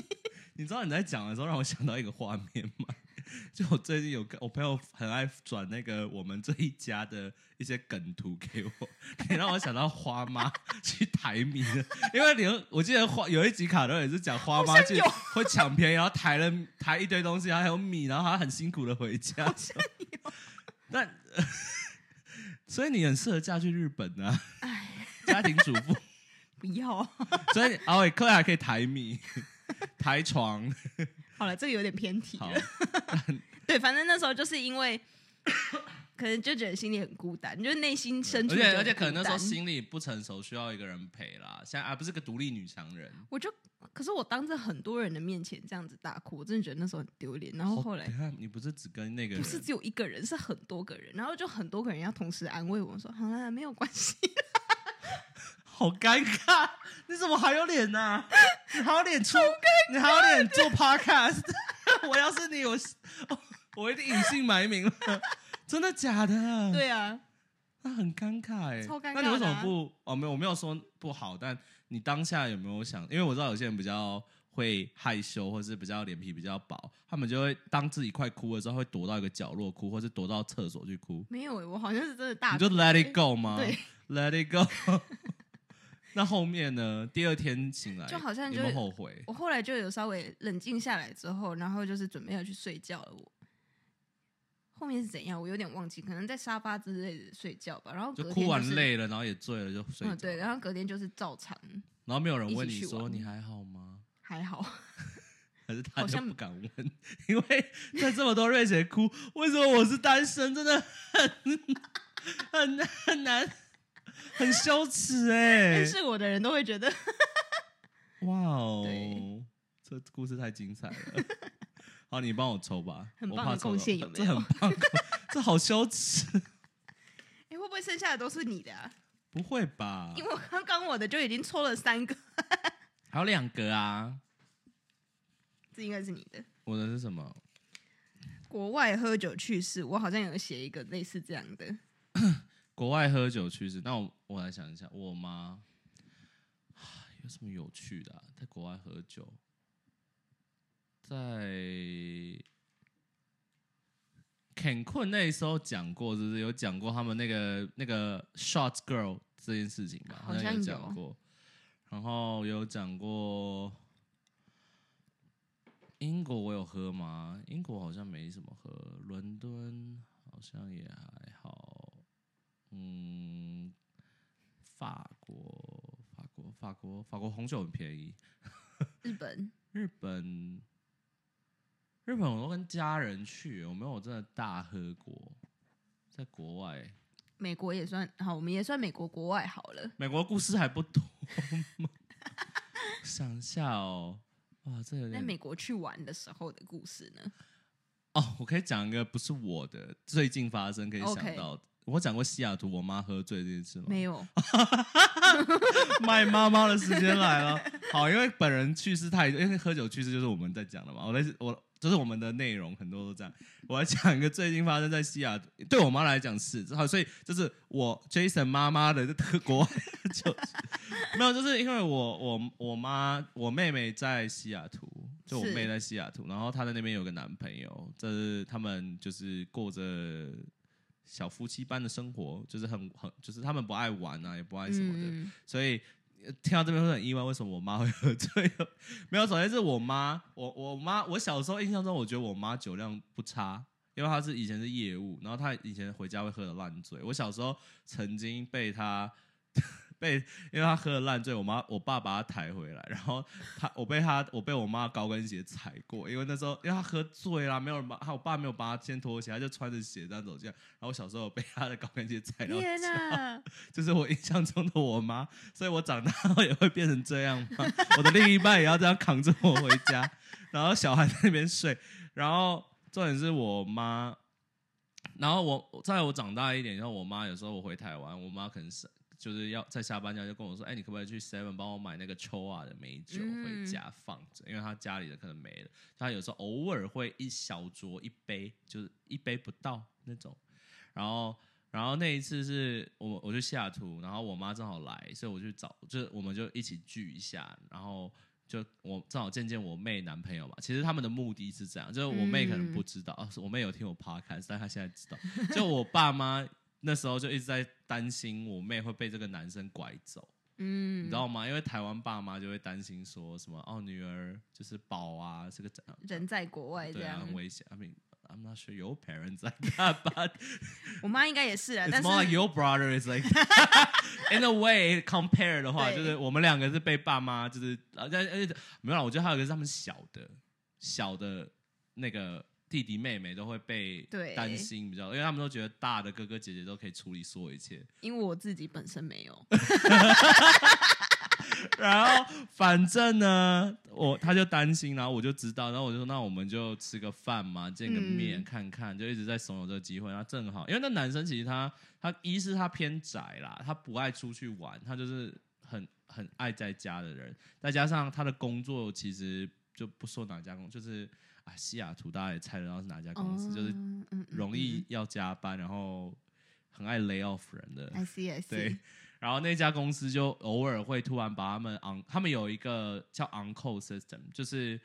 A: 你知道你在讲的时候让我想到一个画面吗？ 就我最近有个我朋友很爱转那个我们这一家的一些梗图给我，你让我想到花妈去抬米的，因为你我记得花有一集卡通也是讲花妈去
B: 有
A: 会抢便宜，然后抬了抬一堆东西，然后还有米，然后她很辛苦的回家。 但、 所以你很适合嫁去日本啊，家庭主妇。
B: 不要，啊
A: 所以阿伟克还可以抬米、 抬床。
B: 好了，这个有点偏题
A: 好
B: 了。，对，反正那时候就是因为 可能就觉得心里很孤单，就是内心深处
A: 而
B: 就
A: 且
B: 有
A: 而且可能那时候
B: 孤单
A: 心理不成熟，需要一个人陪啦。现在啊，不是个独立女强人。
B: 我就可是我当着很多人的面前这样子大哭，我真的觉得那时候很丢脸。然后后来
A: 你看，你不是只跟那个
B: 不
A: 人？
B: 是只有一个人，是很多个人，然后就很多个人要同时安慰我说：“好啦，没有关系。
A: 好尴尬！你怎么还有脸呢、啊 你还有脸出？你还有脸做 podcast？我 要是 你，我我一定隐姓埋名了。 真的假的？”，
B: 对啊，
A: 那很尴尬哎、
B: 超尴尬的啊
A: 那你为什么不？哦，没有，我没有说不好，但你当下有没有想？因为我知道有些人比较会害羞，或是比较脸皮比较薄，他们就会当自己快哭的时候，会躲到一个角落哭，或是躲到厕所去哭。
B: 没有、欸、我好像是真的大
A: 你
B: 哭
A: 就啊 let it
B: 欸
A: go 吗？
B: 对，
A: ，let it go 。 那后面呢？第二天醒来，
B: 就好像
A: 有
B: 就
A: 没有后悔？
B: 我后来就有稍微冷静下来之后，然后就是准备要去睡觉了。我后面是怎样，我有点忘记，可能在沙发之类的睡觉吧。然后
A: 就
B: 隔天、
A: 哭完
B: 是，
A: 累了，然后也醉了，就睡着
B: 嗯，对，然后隔天就是照常，
A: 然后没有人问
B: 一
A: 你
B: 起去
A: 说
B: 玩
A: 你还好吗？
B: 还好。
A: 可是他
B: 好
A: 就
B: 像
A: 不敢问，因为在这么多瑞姐哭，为什么我是单身？真的很很很难，很羞耻哎、
B: 认识我的人都会觉得，
A: 哇哦
B: 对，
A: 这故事太精彩了。 好，你帮我抽吧，
B: 很
A: 我
B: 棒
A: 怕
B: 的
A: 抽
B: 贡
A: 到
B: 献有
A: 这
B: 没
A: 很棒的贡，这好羞耻，
B: 哎、会不会剩下的都是你的啊？
A: 不会吧？
B: 因为我刚刚我的就已经抽了三个，
A: 还有两个啊，
B: 这应该是你的。
A: 我的是什么？
B: 国外喝酒趣事，我好像有写一个类似这样的。
A: 国外喝酒趣事，那我我来想一下，我妈唉有什么有趣的啊、在国外喝酒，在 Cancun 那时候讲过，就是有讲过他们那个那个 Shot Girl 这件事情吧，
B: 好
A: 像
B: 像
A: 有
B: 有
A: 讲过，然后有讲过。英国我有喝吗？英国好像没什么喝，伦敦好像也还好。嗯，法国，法国，法国，法国红酒很便宜。
B: 日本
A: 日本，日本我都跟家人去，我没有真的大喝过。在国外，
B: 美国也算好，我们也算美国国外好了。
A: 美国故事还不多 吗？想一下哦，哇，这有
B: 在
A: 点
B: 美国去玩的时候的故事呢？
A: 哦，我可以讲一个不是我的，最近发生可以想
B: OK
A: 到的。我讲过西雅图我妈喝醉这件事吗？
B: 没有，
A: 卖妈妈的时间来了。好，因为本人去世太多，因为喝酒去世就是我们在讲的嘛。我在我就是我们的内容很多都这样。我来讲一个最近发生在西雅图，对我妈来讲是好，所以就是我 Jason 妈妈的这个国外酒， 没有，就是因为我我我妈我妹妹在西雅图，就我
B: 是
A: 妹在西雅图，然后她在那边有个男朋友，这是他们就是过着。小夫妻般的生活，就是很很，就是他们不爱玩啊，也不爱什么的。
B: 嗯
A: 所以呃听到这边会很意外，为什么我妈会喝醉？没有，首先是我妈，我我妈，我小时候印象中，我觉得我妈酒量不差，因为她是以前是业务，然后她以前回家会喝的烂醉。我小时候曾经被她被，因为她喝的烂醉，我妈我爸把她抬回来，然后她我被她我被我妈高跟鞋踩过，因为那时候因为她喝醉啦，没有人帮她，我爸没有帮她先脱鞋，她就穿着鞋这样走进来。然后我小时候有被她的高跟鞋踩到
B: 天 哪！
A: 就是我印象中的我妈，所以我长大后也会变成这样吗？我的另一半也要这样扛着我回家，然后小孩在那边睡，然后重点是我妈，然后我在我长大一点以后，我妈有时候我回台湾，我妈可能是就是要在下班家就跟我说，哎、你可不可以去 Seven 帮我买那个秋啊的美酒回家放着？因为她家里的可能没了，她有时候偶尔会一小酌一杯，就是一杯不到那种，然后。然后那一次是我我去西雅图，然后我妈正好来，所以我去找，就是我们就一起聚一下，然后就我正好见见我妹男朋友嘛。其实他们的目的是这样，就是我妹可能不
B: 嗯
A: 知道，啊我妹有听我 podcast，但她现在知道。就我爸妈那时候就一直在担心我妹会被这个男生拐走，
B: 嗯，
A: 你知道吗？因为台湾爸妈就会担心说什么哦，女儿就是宝啊，是个长
B: 人在国外这
A: 对啊，
B: 样
A: 很，危险。I mean, I'm not sure your parents like that, but
B: 我妈应该也是啊，但
A: It's
B: 是
A: more like your brother is like in a way compare 的话，
B: 对
A: 就是我们两个是被爸妈就是啊，但而且没有啦，我觉得还有一个是他们小的小的那个弟弟妹妹都会被
B: 对
A: 担心比较，因为他们都觉得大的哥哥姐姐都可以处理所有一切，
B: 因为我自己本身没 有，
A: 然后反正呢，我他就担心，然后我就知道，然后我就说那我们就吃个饭嘛，见个面、
B: 嗯
A: 看看，就一直在怂恿这个机会。然后正好，因为那男生其实他他一是他偏宅啦，他不爱出去玩，他就是很很爱在家的人，再加上他的工作其实就不说哪家公，就是啊西雅图大家也猜得到是哪家公司，就是
B: 嗯嗯嗯
A: 容易要加班，然后很爱 lay off 人的
B: 嗯。I see I see，
A: 对，然后那家公司就偶尔会突然把他们 on，他们有一个叫 uncle system，就是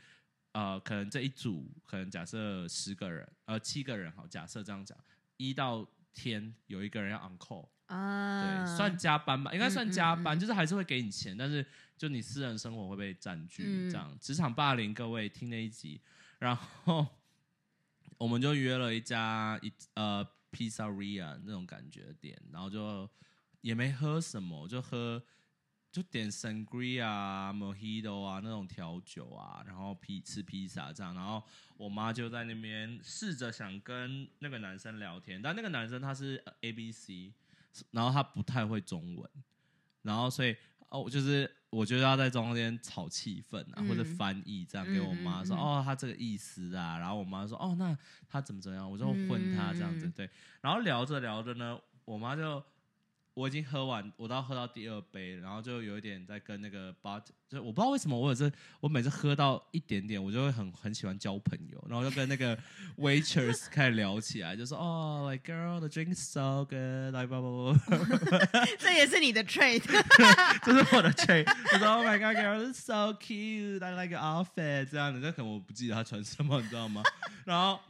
A: 呃，可能这一组可能假设十个人，呃，七个人好，假设这样讲，一到天有一个人要 uncle，
B: 啊，
A: 对，算加班吧，应该算
B: 嗯嗯
A: 加班，就是还是会给你钱，但是就你私人生活会被占据，
B: 嗯
A: 这样职场霸凌，各位听那一集，然后我们就约了一家一呃 pizzeria 那种感觉的店，然后就也没喝什么，就喝就点 sangria 啊、mojito 啊那种调酒啊，然后披吃披萨这样，然后我妈就在那边试着想跟那个男生聊天，但那个男生他是呃 A B C，然后他不太会中文，然后所以哦，就是我觉得要在中间炒气氛啊，
B: 嗯
A: 或者翻译这样给我妈说、
B: 嗯嗯嗯
A: 哦，他这个意思啊，然后我妈说哦，那他怎么怎么样，我就混他这样子、
B: 嗯
A: 对，然后聊着聊着呢，我妈就我已经喝完，我到喝到第二杯，然后就有一点在跟那个 bot，就我不知道为什么我有这，我每次喝到一点点，我就会很很喜欢交朋友，然后就跟那 个 waitress 开始聊起来，就说哦、l i k e girl the drink is so good，来吧吧吧。
B: 这也是你的 trade，
A: 这是我的 t 我说 Oh my God, girl, this is so cute. I like your outfit. 这样的，但可能我不记得她穿什么，你知道吗？ 然后，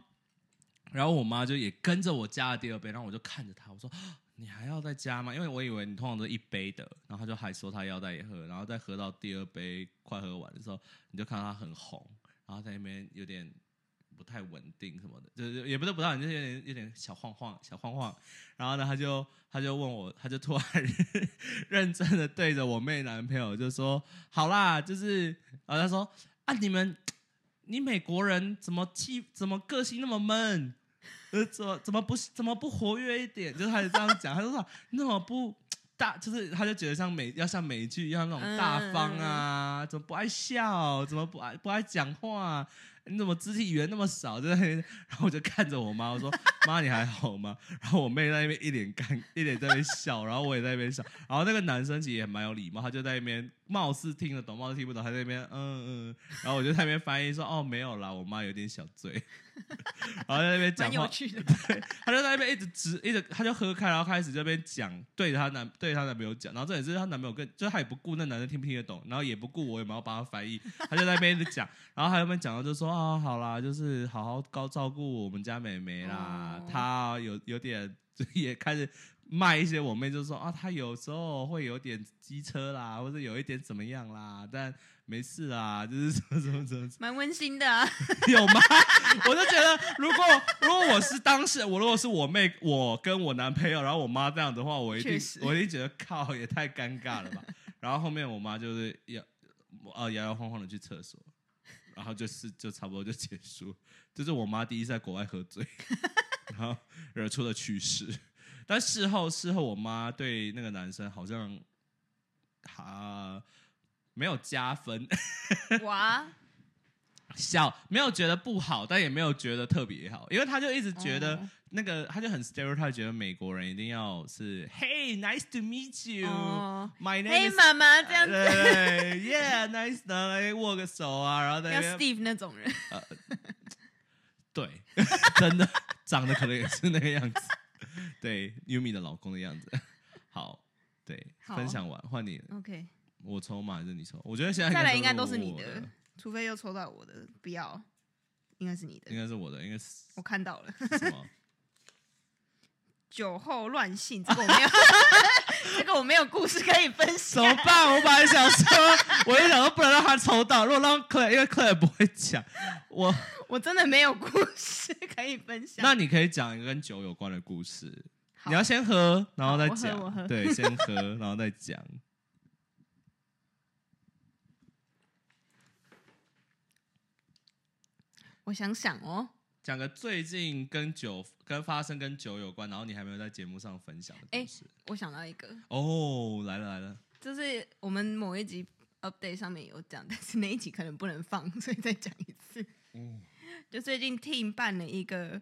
A: 然后我妈就也跟着我加了第二杯，然后我就看着她，我说。 你还要再加吗？因为我以为你通常都是一杯的，然后她就还说她要再喝，然后再喝到第二杯快喝完的时候，你就看到她很红，然后在那边有点不太稳定什么的，就是也不是不太稳定，就是有点有点小晃晃，小晃晃。然后呢，她就她就问我，她就突然 认真的对着我妹男朋友就说：“好啦，就是。”然后他说：“啊，你们，你美国人怎么气，怎么个性那么闷？呃，怎么怎么不怎么不活跃一点？”就是他就这样讲，他就说：“你怎么不大？就是他就觉得像美要像美剧一样那种大方啊，怎么不爱笑？怎么不爱不爱讲话、你怎么肢体语言那么少？就在那边，然后我就看着我妈，我说：“ 妈，你还好吗？”然后我妹在那边一脸尴，一脸在那边笑，然后我也在那边笑。然后那个男生其实也蛮有礼貌，他就在那边貌似听得懂，貌似听不懂，他在那边嗯嗯。然后我就在那边翻译说：“哦，没有啦，我妈有点小醉。” 然后在那边讲
B: 蛮有
A: 话，
B: 趣的。
A: 他就在那边一直直一直，他就喝开，然后开始这边讲，对她男对她男朋友讲，然后这也是她男朋友跟，就是她也不顾那男生听不听得懂，然后也不顾我有没有帮他翻译，他就在那边一直讲，然后还有没有讲到就说啊，好啦，就是好好高照顾我们家妹妹啦
B: 哦，
A: 她、有有点 也开始。卖一些我妹就说啊，她有时候会有点机车啦，或者有一点怎么样啦，但没事啦，就是什么什么什么
B: 蛮温馨的、啊，
A: 有吗？ 我就觉得，如果如果我是当事人，我如果是我妹，我跟我男朋友，然后我妈这样的话，我一定
B: 确实
A: 我一定觉得靠，也太尴尬了吧。然后后面我妈就是摇呃摇摇晃晃的去厕所，然后就是就差不多就结束。这是我妈第一次在国外喝醉，然后惹出了趣事。但事后事后，我妈对那个男生好像啊、没有加分，
B: 哇，
A: 小没有觉得不好，但也没有觉得特别好，因为他就一直觉得
B: 哦
A: 那个，他就很 stereotype，觉得美国人一定要是 Hey，nice to meet you，my、
B: 哦
A: name
B: 嘿，
A: is 呃
B: 妈妈 这样子，
A: 对，Yeah，nice，然 后来握个手啊，然后在
B: 要
A: 那边
B: Steve 那种人，
A: 对， 真的长得可能也是那个样子，对，Yumi 的老公的样子。好，对，
B: 好
A: 分享完换你，
B: OK，
A: 我抽嘛还是你抽？我觉得现在
B: 再来应该
A: 都
B: 都是你
A: 我
B: 的，除非又抽到我的，不要，应该是你
A: 应
B: 的，
A: 该是我的，应该是
B: 我看到 了，
A: 什么？
B: 酒后乱性，这个我没有， 这个我没有故事可以分
A: 怎
B: 享
A: 么，办？我本来想说，我就想说不能让他抽到，如果让 Clare，因为 Clare 不会讲，我
B: 我真的没有故事 可以分享。
A: 那你可以讲一个跟酒有关的故事。
B: 好
A: 你要先喝，然后再
B: 好我喝
A: 讲。
B: 我 喝
A: 对，先喝，然后再讲。
B: 我想想哦，
A: 讲个最近跟酒、跟发生跟酒有关，然后你还没有在节目上分享的故事。
B: 我想到一个，
A: 哦，来了来了，
B: 就是我们某一集 update 上面有讲，但是那一集可能不能放， 所以再讲一次。
A: 嗯，
B: 就最近 Team 办了一个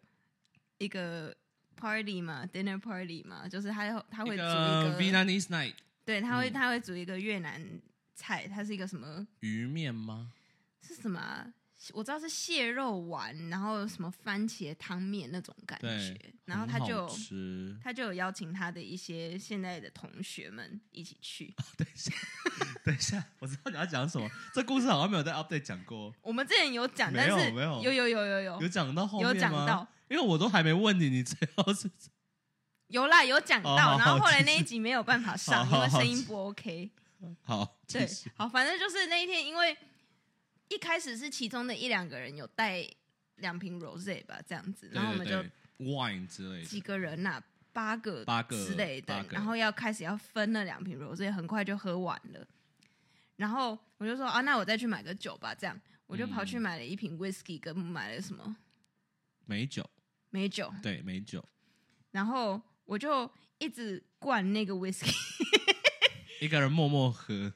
B: 一个 party 嘛，dinner party 嘛，就是他他会煮一
A: 个
B: 个，
A: Vietnamese night
B: 对，他会
A: 嗯
B: 他会煮一个越南菜，它是一个什么
A: 鱼面吗？
B: 是什么啊、我知道是蟹肉丸，然后什么番茄汤面那种感觉
A: 对，，
B: 然后
A: 很
B: 他
A: 好
B: 就
A: 吃。
B: 他就有邀请他的一些现在的同学们一起去。
A: 等一下， 等一下，我知道你要讲什么。这故事好像没有在 update 讲过，
B: 我们之前有讲，
A: 没
B: 但
A: 有
B: 是
A: 没有
B: 有有有有有
A: 有讲到后面吗？
B: 哦有讲到，
A: 因为我都还没问你，你最后是
B: 有啦有讲到，
A: 哦好好
B: 然后后来那一集没有办法上，
A: 好好
B: 因为
A: 好
B: 声音不 OK。
A: 好，
B: 对
A: 继续，
B: 好，反正就是那一天，因为一开始是其中的一两个人有带两瓶 rose 吧，这样子，
A: 对
B: 然后我们就
A: 对对 wine 之类
B: 几
A: 的，
B: 个人呐、八个
A: 八个
B: 之类的
A: 八，个
B: 然后要开始要分那两瓶 rose，很快就喝完了。然后我就说啊，那我再去买个酒吧，这样我就跑去
A: 嗯
B: 买了一瓶 whisky，跟买了什么
A: 美酒，
B: 美酒，
A: 对美酒，
B: 然后我就一直灌那个 whisky，
A: 一个人默默喝，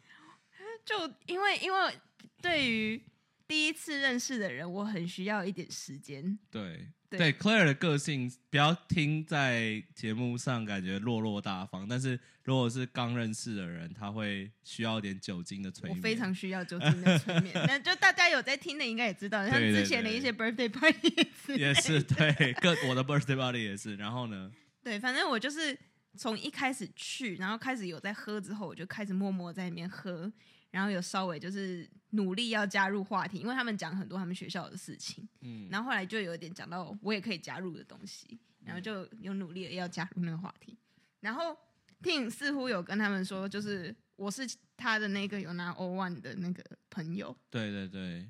B: 就因为因为对于第一次认识的人，我很需要一点时间。
A: 对。
B: 对
A: 对 Claire 的个性，不要听在节目上感觉落落大方，但是如果是刚认识的人，他会需要点酒精的催
B: 我
A: 眠。
B: 非常需要酒精的催眠，那就大家有在听的应该也 知道，像
A: 对对
B: 之前的一些 birthday party 之类的
A: 也是对， 各我的 birthday party 也是。然后呢，
B: 对，反正我就是从一开始去，然后开始有在喝之后，我就开始默默在里面喝，然后有稍微就是努力要加入话题，因为他们讲很多他们学校的事情，
A: 嗯，
B: 然后后来就有点讲到我也可以加入的东西，然后
A: 嗯
B: 就有努力的要加入那个话题，然后 Tim 似乎有跟他们说，就是我是他的那个有拿 O one 的那个朋友，
A: 对对对，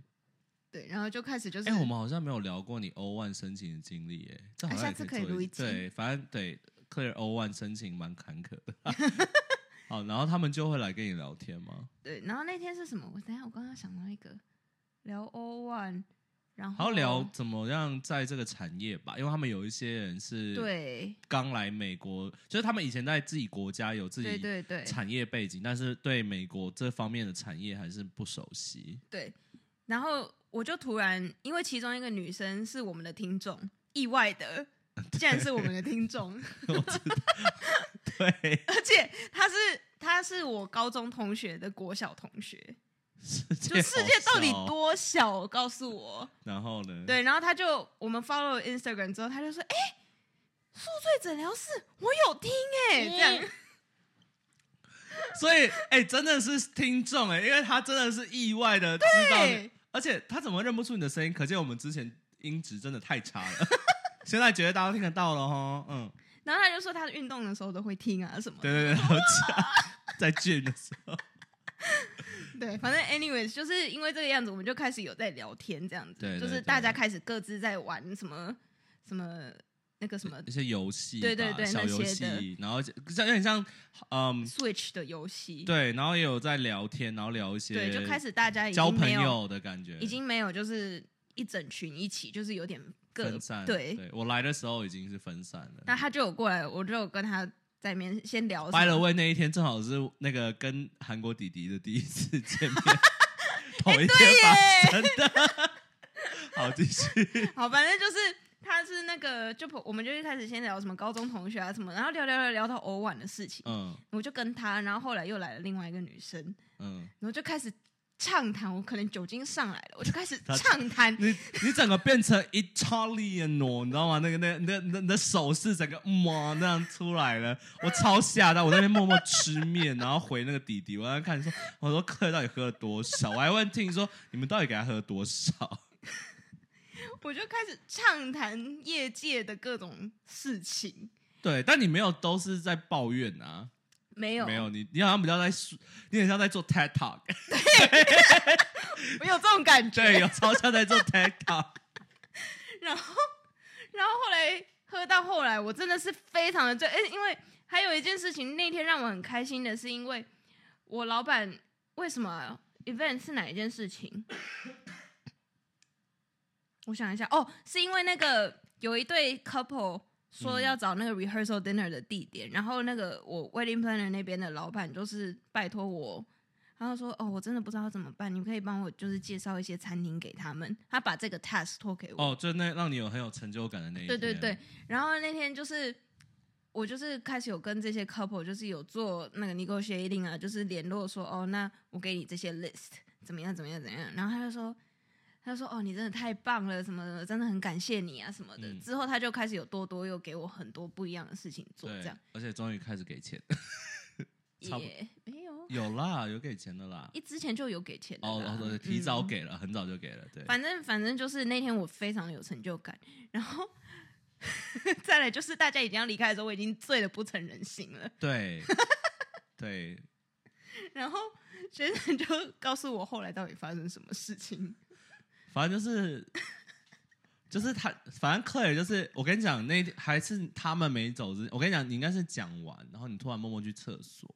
B: 对，然后就开始就是、
A: 哎、我们好像没有聊过你 O One 申请的经历，哎，这好
B: 啊
A: 像也
B: 下次
A: 可
B: 可以录
A: 一
B: 一
A: 集
B: 集
A: 对，反正对 Clear O One 申请蛮坎坷的。 好，然后他们就会来跟你聊天吗？
B: 对，然后那天是什么？我等一下我刚刚想到一个聊 O one，然
A: 然
B: 后
A: 后聊怎么样在这个产业吧，因为他们有一些人是
B: 对
A: 刚来美国，就是他们以前在自己国家有自
B: 对
A: 己
B: 对对
A: 产业背景，但是对美国这方面的产业还是不熟悉。
B: 对，然后我就突然，因为其中一个女生是我们的听众，意外的
A: 呃
B: 竟然是我们的 听众，
A: 我知道，对，
B: 而且她是她是我高中同学的国小同学，
A: 世
B: 就
A: 界
B: 世界
A: 好
B: 到底
A: 小哦嗯
B: 多小？告诉我，
A: 然后呢？
B: 对，然后她就我们 follow Instagram 之后，她就说，哎、宿醉诊疗室，我有听哎、
A: 嗯
B: 这样，
A: 所以，哎、真的是听众哎、因为他真的是意外的知道你
B: 对，
A: 而且他怎么会认不出你的声音？可见我们之前音质真的太差 了，现在觉得大家都听得到了哈。嗯，
B: 然后她就说她运动的时候都会听啊什么的
A: 对，对对，好差，在 gym 的 时候，
B: 对，反正 anyways，就是因为这个样子，我们就开始有在聊天，这样子，
A: 对对
B: 就是
A: 对
B: 大家开始各自在玩什么什么那个什么
A: 一些游戏吧，
B: 对对对
A: 小游
B: 那些
A: 戏
B: 的，
A: 然后就像有点像，嗯，
B: Switch 的游戏，
A: 对，然后也有在聊天，然后聊一些，
B: 对，就开始大家已
A: 交
B: 经
A: 朋
B: 没有，
A: 友的感觉，
B: 已经没有就是一整群一起，就是有点各
A: 分散。
B: 对。
A: 对我来的时候已经是分散了。
B: 那他就有过来，我就有跟他在面先聊什么。
A: By the way，那一天正好是那个跟 韩国弟弟的第一次见面，同一天
B: 哎对
A: 发
B: 耶
A: 生的。好，继续。
B: 好，反正就是他是那个，就我们就一开始先聊什么高中同学啊什么，然后聊聊聊聊到偶晚的事情，
A: 嗯
B: 我就跟他，然后后来又来了另外一个女生，
A: 嗯，
B: 然后就开始畅谈，我可能酒精上来了，我就开始
A: 他
B: 畅谈，
A: 你你整个变成 Italian 哦，你知道吗？那个那个那那你的手势整个哇那样出来了，我超吓到，我在那边默默吃面，然后回那个弟弟，我在看说，我说客人到底喝了多少？我还问听说你们到底给他喝了多少？
B: 我就开始畅谈业界的各种事情，
A: 对，但你没有都是在抱怨啊，
B: 没有
A: 没有，你你好像比较在说，你很像在做 TED Talk，
B: 我有这种感觉，
A: 对，有超像在做 TED Talk。
B: 然后，然后后来喝到后来，我真的是非常的醉。哎，因为还有一件事情，那天让我很开心的是，因为我老板为什么啊 event 是哪一件事情？我想一下，哦，是因为那个有一对 couple 说要找那个 rehearsal dinner 的地点，然后那个我 wedding planner 那边的老板就是拜托我。然后说：“哦，我真的不知道怎么办，你可以帮我就是介绍一些餐厅给他们。”他把这个 task 托给我。
A: 哦，就那让你有很有成就感的那一
B: 对
A: 天。
B: 对对，，然后那天就是我就是开始有跟这些 couple 就是有做那个 negotiating 啊，就是联络说哦，那我给你这些 list 怎么样怎么样怎么样，然后他就说。他就说：“哦，你真的太棒了，什么什么，真的很感谢你啊，什么的。
A: 嗯
B: 之后他就开始有多多又给我很多不一样的事情做，这样
A: 而且终于开始给钱， 差不多
B: 也没有，
A: 有啦，有给钱的啦。
B: 一之前就有给钱的
A: 哦，
B: 啦
A: 哦，对，提早
B: 嗯
A: 给了，很早就给了，对。
B: 反正反正就是那天我非常有成就感，然后 再来就是大家已经要离开的时候，我已经醉得不成人形了。
A: 对，对，
B: 然后学长就告诉我后来到底发生什么事情。
A: 反正就是，就是他，反正克尔就是，我跟你讲，那天还是他们没走之，我跟你讲，你应该是讲完，然后你突然默默去厕所，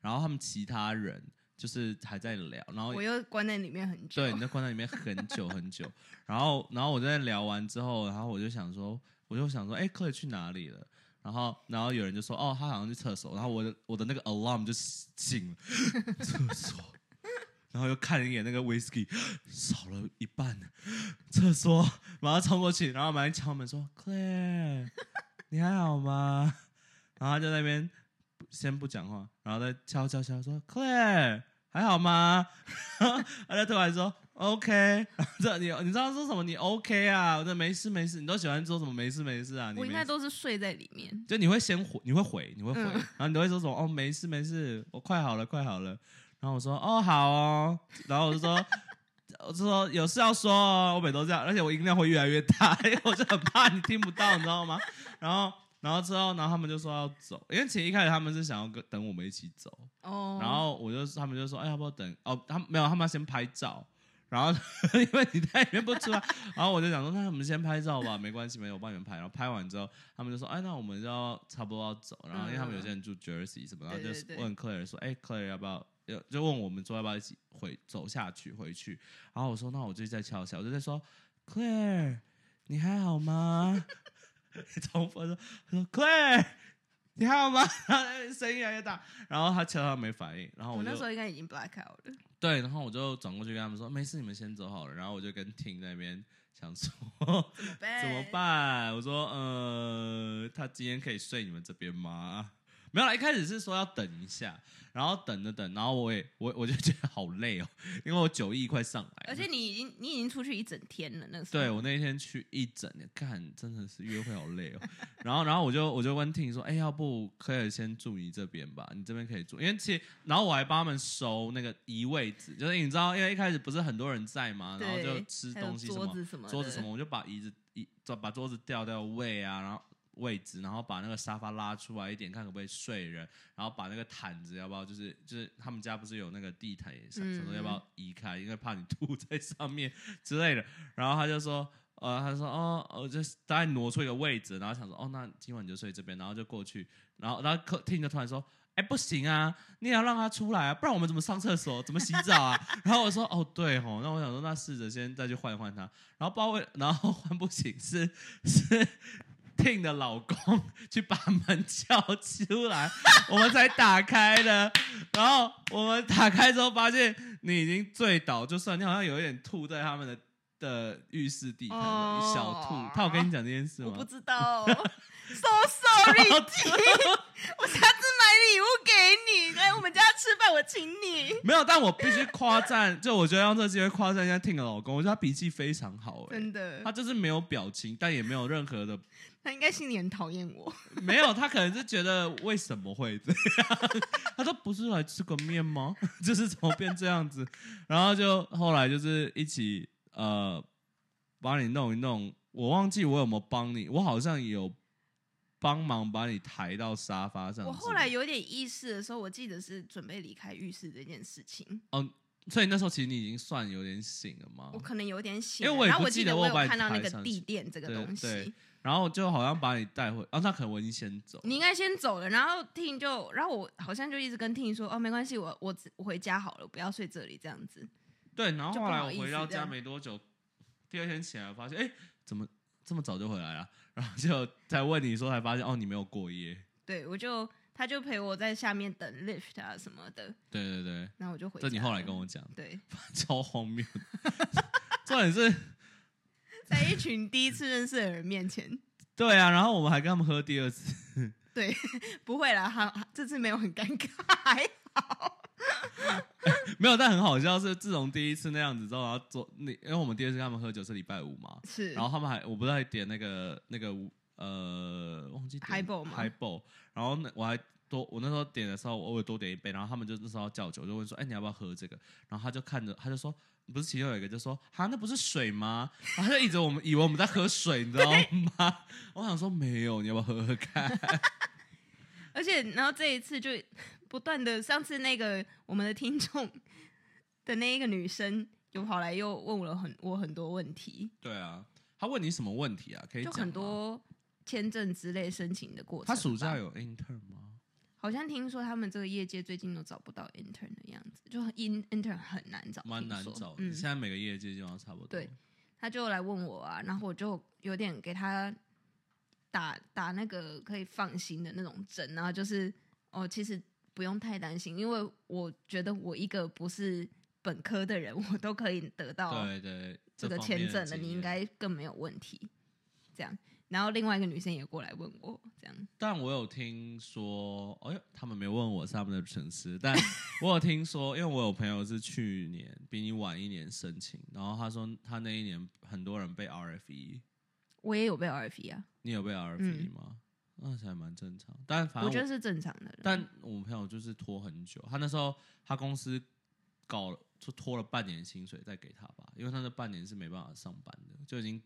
A: 然后他们其他人就是还在聊，然后
B: 我又关在里面很久，
A: 哦对，你在关在里面很久很久。然后，然后我就在聊完之后，然后我就想说，我就想说，哎、克里去哪里了？然后，然后有人就说，哦，他好像去厕所。然后我的我的那个 alarm 就醒了，厕所。然后又看了一眼那个 whisky，少 了一半，厕所，马上冲过去，然后马上敲门说：“Claire，你还好吗？”然后他就在那边先不讲话，然后再敲敲敲说：“Claire，还好吗？”他就突然说 OK，然后这你你知道说什么？你 OK 啊？我说没事没事，你都喜欢说什么没事没事啊？你
B: 我应
A: 没
B: 该
A: 事
B: 都是睡在里面。
A: 就你会先回，你会回，你会回，
B: 嗯
A: 然后你都会说什么哦没事没事，我快好了快好了。然后我说哦好哦，然后我就说 我就说有事要说哦，我每都这样，而且我音量会越来越大， 因为我就很怕你听不到，你知道吗？然后然后之后，然后他们就说要走，因为其实一开始他们是想要跟等我们一起走，
B: 哦，
A: 然后我就他们就说，哎，要不要等？哦，他们没有，他们要先拍照。然后 因为你在里面不出 来，然后我就想说，那我们先拍照吧，没关系，没有我帮你们拍。然后拍完之后，他们就说，哎，那我们就要差不多要走。然后因为他们有些人住 Jersey 什么，然后
B: 嗯对
A: 就
B: 对对
A: 问 Claire 说，哎，Claire 要不要？要就问我们说要不要一起回走下去回去？然后我说，那我就再敲一下，我就在说，Claire，你还好吗？重复说，他说 Claire，你还好吗？然后声音越来越大，然后他敲他没反应，然后
B: 我
A: 我就
B: 那时候应该已经 black out 了。
A: 对，然后我就转过去跟他们说没事，你们先走好了。然后我就跟 Ting 在那边想说
B: 怎么办？
A: 怎么？办？我说呃，他今天可以睡你们这边吗？没有啦，一开始是说要等一下，然后等着等，然后我也我我就觉得好累哦，因为我酒意快上来了，
B: 而且你已经你已经出去一整天了，那时候
A: 对我那一天去一整天，看真的是约会好累哦。然后，然后我就我就问 Ting 说，哎、要不可以先住你这边吧？你这边可以住，因为其实，然后我还帮他们收那个移位置，就是你知道，因为一开始不是很多人在嘛，然后
B: 对
A: 就吃
B: 还有
A: 东西什
B: 桌
A: 么，
B: 子什么的
A: 桌子什么，我就把椅子椅把桌子调掉位啊，然后位置，然后把那个沙发拉出来一点，看可不可以睡人，然后把那个毯子要不要就是就是他们家不是有那个地毯也是，
B: 嗯
A: 想说要不要移开，因为怕你吐在上面之类的。然后他就说。呃，他说哦，我就大概挪出一个位置，然后想说哦，那今晚你就睡这边，然后就过去，然后然后客厅就突然说，哎、不行啊，你也要让他出来啊，不然我们怎么上厕所，怎么洗澡啊？ 然后我说哦，对吼，那我想说那试着先再去换换他，然后包为然后换不醒是是 Ting 的老公去把门撬出来，我们才打开的。然后我们打开之后发现你已经醉倒，就算你好像有一点吐在他们的的浴室地毯的
B: 哦
A: 小兔，他有跟你讲这件事
B: 我不
A: 吗？
B: 知 道哦，so sorry，我下次买礼物给你，来我们家吃饭，我请 你。
A: 没有，但我必须夸赞，就我觉得用这个机会夸赞一下 Ting 的老公，我觉得他脾气非常好、欸，
B: 真的
A: 他，就是没有表情，但也没有任何的，
B: 他应该心里很讨厌我。
A: 没有，他可能是觉得为什么会这样？他说不是来吃个面吗？ 就是怎么变这样子？然后就后来就是一起呃，把你弄一弄，我忘记我有没有帮你，我好像有帮忙把你抬到沙发嗯上之类的。
B: 我后来有点意识的时候，我记得是准备离开浴室这件事情，
A: 所以那时候其实你已经算有点醒了吗
B: 我？可能有点醒
A: 哦因
B: 了，
A: 为我也
B: 然后
A: 不
B: 我
A: 记得
B: 得
A: 我有
B: 有
A: 把你
B: 看到那
A: 抬
B: 个
A: 上
B: 地
A: 去
B: 垫这个
A: 对
B: 东
A: 对
B: 西，
A: 然后就好像把你带回，啊，那可能我已经先走了。
B: 你应该先走了，然后听就，然后我好像就一直跟听说，哦，没关系，我我只我回家好了，不要睡这里这样子。
A: 对，然后
B: 就
A: 后
B: 不
A: 来
B: 好
A: 我
B: 意
A: 回
B: 思
A: 到
B: 这
A: 家
B: 样
A: 没多久，第二天起来发现，哎，怎么这么早就回来了？然后就再问你说，才发现哦，你没有过夜。
B: 对，我就他就陪我在下面等 lift 啊什么的，
A: 对对对，
B: 然后我就回家
A: 这
B: 了。
A: 你后来跟我讲，
B: 对，
A: 超荒谬的。 重点是，
B: 在一群第一次认识的人面前，
A: 对啊，然后我们还跟他们喝第二次，
B: 不会啦，哈，这次没有很尴尬，还
A: 没有，但很好笑是，自从第一次那样子之后，然后昨你，因为我们第二次跟他们喝酒是礼拜五嘛，
B: 是
A: 然后他们还我不是还点那个那个呃忘记
B: Highball 吗
A: 海 l 然后那我还多我那时候点的时候我偶尔多点一杯，然后他们就那时候要叫酒，就问说哎、你要不要喝这个，然后他就看着他就说。不是其中有一个就说哈那不是水吗？ 然后他就一直我们以为我们在喝水，你知道吗？ 我想说没有，你要不要喝喝看？
B: 而且然后这一次就不断的，上次那个我们的听众的那一个女生。又跑来又问我了很我很多问题，
A: 对啊，他问你什么问题啊？可以
B: 就
A: 讲
B: 很
A: 吗。
B: 多签证之类申请的过程吧。
A: 他暑假有 intern 吗？
B: 好像听说他们这个业界最近都找不到 intern 的样子，就很 in intern 很难找，
A: 蛮难
B: 听说
A: 找的，
B: 嗯，
A: 现在每个业界基本上差不多。
B: 对他就来问我啊，然后我就有点给他打打那个可以放心的那种针，然后就是哦，其实不用太担心，因为我觉得我一个不是本科的人，我都可以得到
A: 对对，
B: 这个
A: 方面
B: 签证
A: 的
B: 的，
A: 经
B: 你应
A: 验。
B: 该更没有问题。这样，然后另外一个女生也过来问我，这样
A: 但我有听说，哎呦，他们没问我是他们的城市，但我有听说，因为我有朋友是去年比你晚一年申请，然后他说他那一年很多人被 RFE，
B: 我也有被 RFE 啊，
A: 你有被 RFE 吗？那其实还蛮正常，但反
B: 我
A: 正
B: 觉得是正常的。
A: 但我朋友就是拖很久，他那时候他公司搞了就拖了半年薪水再给他吧，因为他那半年是没办法上班的，就已经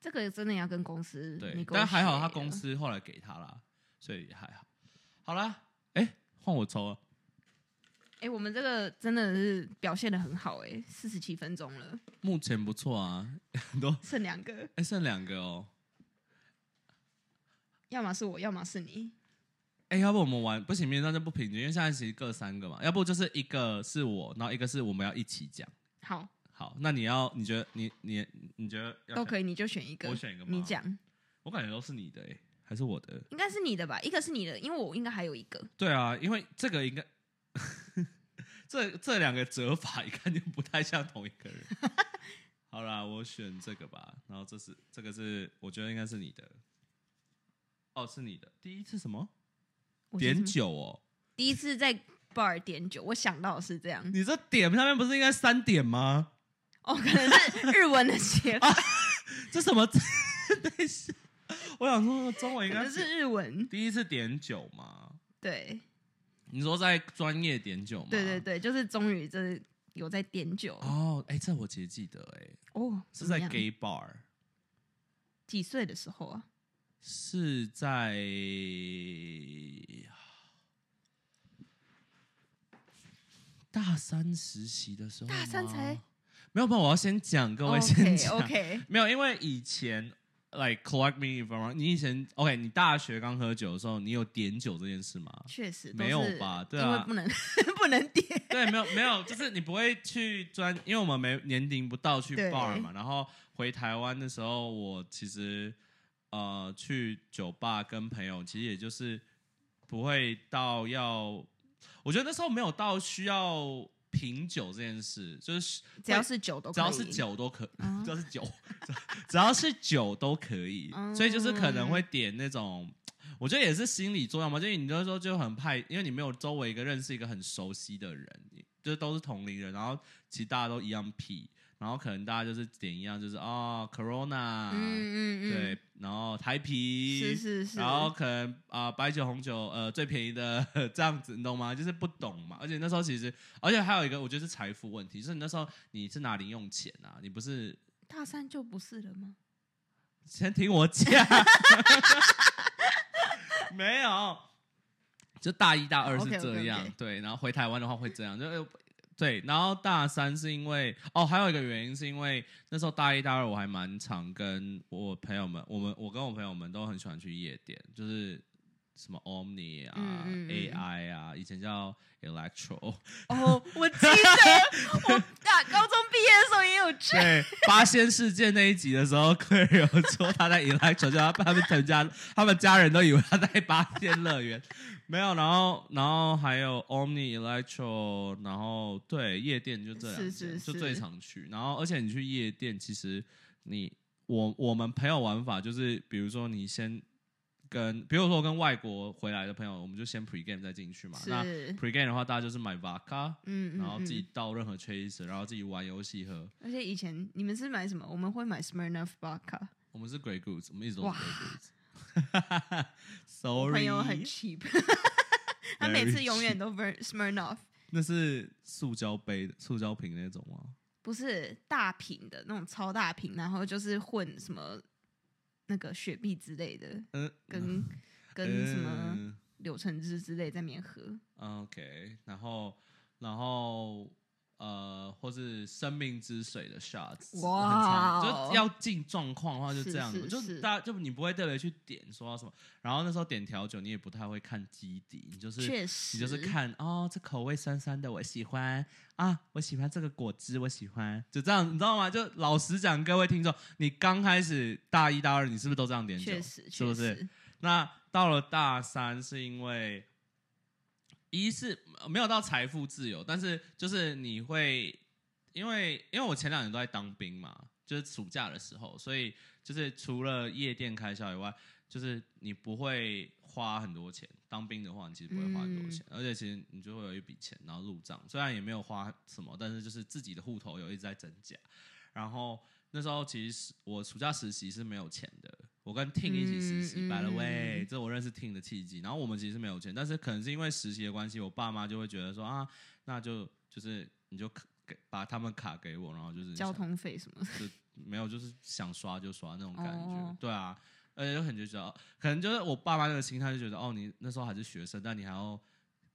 B: 这个真的要跟公司
A: 对，
B: negotiate
A: 但还好他公
B: 了
A: 司后来给他啦，所以也还好。好啦，哎、换我抽了。
B: 哎、我们这个真的是表现的很好哎、4四十七分钟了，
A: 目前不错啊， 很多
B: 剩两个，
A: 哎、剩两个哦。
B: 要么是我，要么是你。
A: 哎、要不我们玩不行，明天就不平均，因为现在其实各三个嘛，要不就是一个是我，然后一个是我们要一起讲。
B: 好，
A: 好，那你要你觉得你你你觉得要
B: 都可以，你就选一个，
A: 我选一个吗
B: 你讲，
A: 我感觉都是你的哎、还是我的？
B: 应该是你的吧？一个是你的，因为我应该还有一个，
A: 对啊，因为这个应该 这这两个折法一看就不太像同一个 人。好啦，我选这个吧。然后这是这个是我觉得应该是你的，哦，是你的第一次什么
B: 我是
A: 点酒哦？
B: 第一次在 bar 点酒，我想到的是这样，
A: 你这点上面不是应该三点吗？
B: 哦，可能是日文的 写
A: 哦
B: 法，
A: 这什么？ 等一下，我想说中文
B: 可
A: 应该
B: 能是日文，
A: 第一次点酒吗？
B: 对，
A: 你说在专业点酒吗？
B: 对对。对，就是终于这有在点酒哦
A: 哦，哎、这我其实记得、哎，是
B: 怎么
A: 在
B: 样
A: gay bar。
B: 几岁的时候啊？
A: 是在大三实习的时候吗，
B: 大三才
A: 没有办法，我要先讲，各位先讲
B: o k OK，
A: 没有，因为以前，like correct me if I'm wrong，你以前 OK，你大学刚喝酒的时候，你有点酒这件事 吗？
B: 确实
A: 没有吧
B: 都
A: 对
B: 是因
A: 啊
B: 为不能 不能点，
A: 对，没有没有，就是你不会去专，因为我们没年龄不到去
B: 对
A: bar 嘛。然后回台湾的时候，我其实呃去酒吧跟朋友，其实也就是不会到要，我觉得那时候没有到需要品酒这件事，就是
B: 只要是酒都
A: 只
B: 可以，
A: 要是，酒都可，
B: 嗯
A: 只要是酒，只要是酒都可以，
B: 嗯
A: 所以就是可能会点那种。我觉得也是心理作用嘛，就是你那时候就很怕，因为你没有周围一个认识一个很熟悉的人，就是都是同龄人，然后其实大家都一样屁，然后可能大家就是点一样，就是哦，Corona，、
B: 嗯嗯嗯，
A: 对，，然后台啤，
B: 是是是，
A: 然后可能啊、白酒、红酒，呃，最便宜的这样子，你懂吗？就是不懂嘛。而且那时候其实，而且还有一个，我觉得是财富问题，就是你那时候你是拿零用钱啊，你不是
B: 大三就不是了吗？
A: 先听我讲， 没有，就大一大二是
B: OK，OK，OK
A: 这样对，然后回台湾的话会这样，就呃对，然后大三是因为哦，还有一个原因是因为那时候大一大二我还蛮常跟我朋友们，我们我跟我朋友们都很喜欢去夜店，就是。什么 Omni 啊、
B: 嗯嗯嗯
A: AI 啊，以前叫 Electro，
B: 哦，我记得我大高中毕业的时候也有去，
A: 对，八仙事件那一集的时候 c l a 有说他在 Electro，就他他们全家他们家人都以为他在八仙乐园，没有。然后然后还有 Omni Electro，然后对夜店就这两间
B: 是是
A: 就是最常去。然后而且你去夜店，其实你我我们朋友玩法就是，比如说你先跟，比如说我跟外国回来的朋友，我们就先 pre game 再进去嘛。那
B: 是，嗯
A: pre game 的话，大家就是买 vodka。
B: 嗯嗯，
A: 然后自己
B: 嗯，
A: 倒任何 chaser，然后自己玩游戏喝，
B: 而且以前你们是买什么？我们会买 Smirnoff Vodka，
A: 我们是 Grey Goose，我们一直都
B: 哇
A: 是 Grey Goose。
B: 我
A: Sorry，
B: 朋友很 cheap，他每次永远都 ver- Smirnoff，
A: 那是塑胶杯的、塑胶瓶那种吗？
B: 不是大瓶的那种超大瓶，然后就是混什么那个雪碧之类的，
A: 嗯，
B: 跟跟什么
A: 嗯
B: 柳橙汁之类在面喝，
A: 呃？OK，然后然后呃，或是生命之水的 shots，
B: 哇哦
A: 很常就要进状况的话就是这样子，
B: 是
A: 就是大家就你不会特别去点说到什么，然后那时候点调酒你也不太会看基底，你就是
B: 确实，
A: 你就是看哦，这口味酸酸的，我喜欢啊，我喜欢这个果汁，我喜欢，就这样，你知道吗？就老实讲，各位听众，你刚开始大一、大二，你是不是都这样点酒
B: 确？实，
A: 是不
B: 确
A: 是
B: 实？
A: 那到了大三，是因为一是呃没有到财富自由，但是就是你会，因为因为我前两年都在当兵嘛，就是暑假的时候，所以就是除了夜店开销以外，就是你不会花很多钱。当兵的话，你其实不会花很多钱，而且其实你就会有一笔钱，然后入账。虽然也没有花什么，但是就是自己的户头有一直在增加。然后那时候其实我暑假实习是没有钱的，我跟 Ting 一起实习、
B: 嗯
A: b y the
B: 嗯
A: way，
B: 嗯
A: 这我认识 Ting 的契机。然后我们其实是没有钱，但是可能是因为实习的关系，我爸妈就会觉得说啊，那就就是你就给把他们卡给我，然后就是
B: 交
A: 想
B: 通费什么的，
A: 就没有，就是想刷就刷那种感觉。
B: 哦
A: 对啊，而且就很觉得，哦可能就是我爸妈那个心态就觉得，哦，你那时候还是学生，但你还要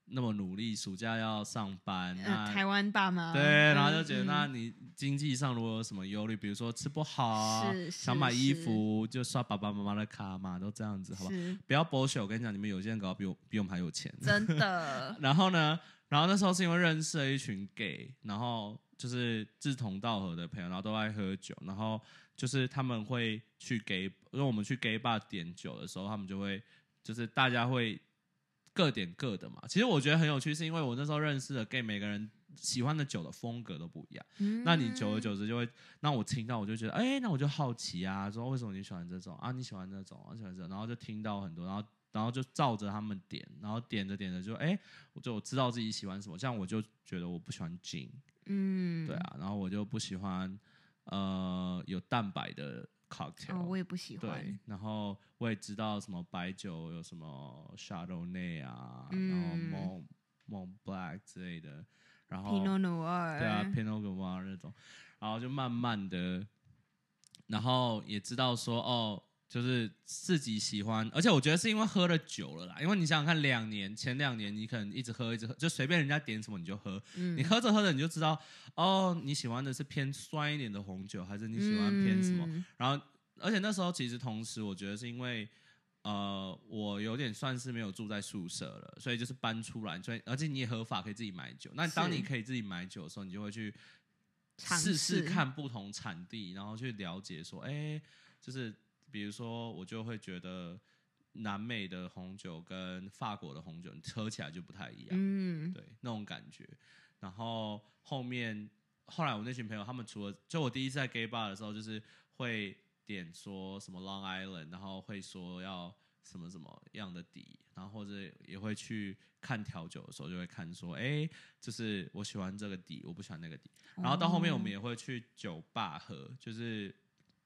A: 那么努力，暑假要上班，
B: 呃，
A: 那
B: 台湾爸妈
A: 哎对，然后就觉得，
B: 嗯
A: 那你经济上如果有什么忧虑，比如说吃不好啊，
B: 是
A: 想
B: 是
A: 买衣
B: 是
A: 服就刷爸爸妈妈的卡嘛，都这样子，好吧？
B: 嗯是
A: 不要剥削，我跟你讲，你们有些人搞得比我比我们还有钱。，
B: 真的
A: 然后呢，然后那时候是因为认识了一群 gay，然后就是志同道合的朋友，然后都爱喝酒，然后就是他们会去 gay，因为我们去 gay bar 点酒的时候，他们就会就是大家会各点各的嘛。其实我觉得很有趣，是因为我那时候认识的 gay，每个人喜欢的酒的风格都不一样。那你久而
B: 嗯
A: 久之就会，那我听到我就觉得，哎、那我就好奇啊，说为什么你喜欢这种啊？你喜欢那种，啊，喜欢这种，然后就听到很多，然后然后就照着他们点，然后点着点着就，哎、我就我知道自己喜欢什么，像我就觉得我不喜欢 gin，
B: 嗯，
A: 对啊，然后我就不喜欢呃有蛋白的 cocktail，、
B: 哦，我也不喜
A: 对
B: 欢，，
A: 然后我也知道什么白酒有什么 Chardonnay 啊，
B: 嗯
A: 然后 Mont Mont Black 之类的，然后
B: Pinot Noir，
A: 对啊，Pinot Noir 那种，然后就慢慢的，然后也知道说哦，就是自己喜欢，而且我觉得是因为喝了酒了啦，因为你想想看，两年前两年你可能一直喝一直喝，就随便人家点什么你就喝，
B: 嗯
A: 你喝着喝着你就知道哦，你喜欢的是偏酸一点的红酒，还是你喜欢偏什么？
B: 嗯
A: 然后，而且那时候其实同时，我觉得是因为，呃，我有点算是没有住在宿舍了，所以就是搬出来，所以而且你也合法可以自己买酒。那当
B: 是
A: 你可以自己买酒的时候，你就会去
B: 尝
A: 试试
B: 试
A: 看不同产地，然后去了解说，哎，就是比如说，我就会觉得南美的红酒跟法国的红酒你喝起来就不太一样。
B: 嗯，
A: 对，那种感觉。然后后面后来我那群朋友，他们除了就我第一次在 gay bar 的时候，就是会点说什么 Long Island，然后会说要什么什么样的底，然后或者也会去看调酒的时候，就会看说，哎、就是我喜欢这个底，我不喜欢那个底。然后到后面我们也会去酒吧喝，就是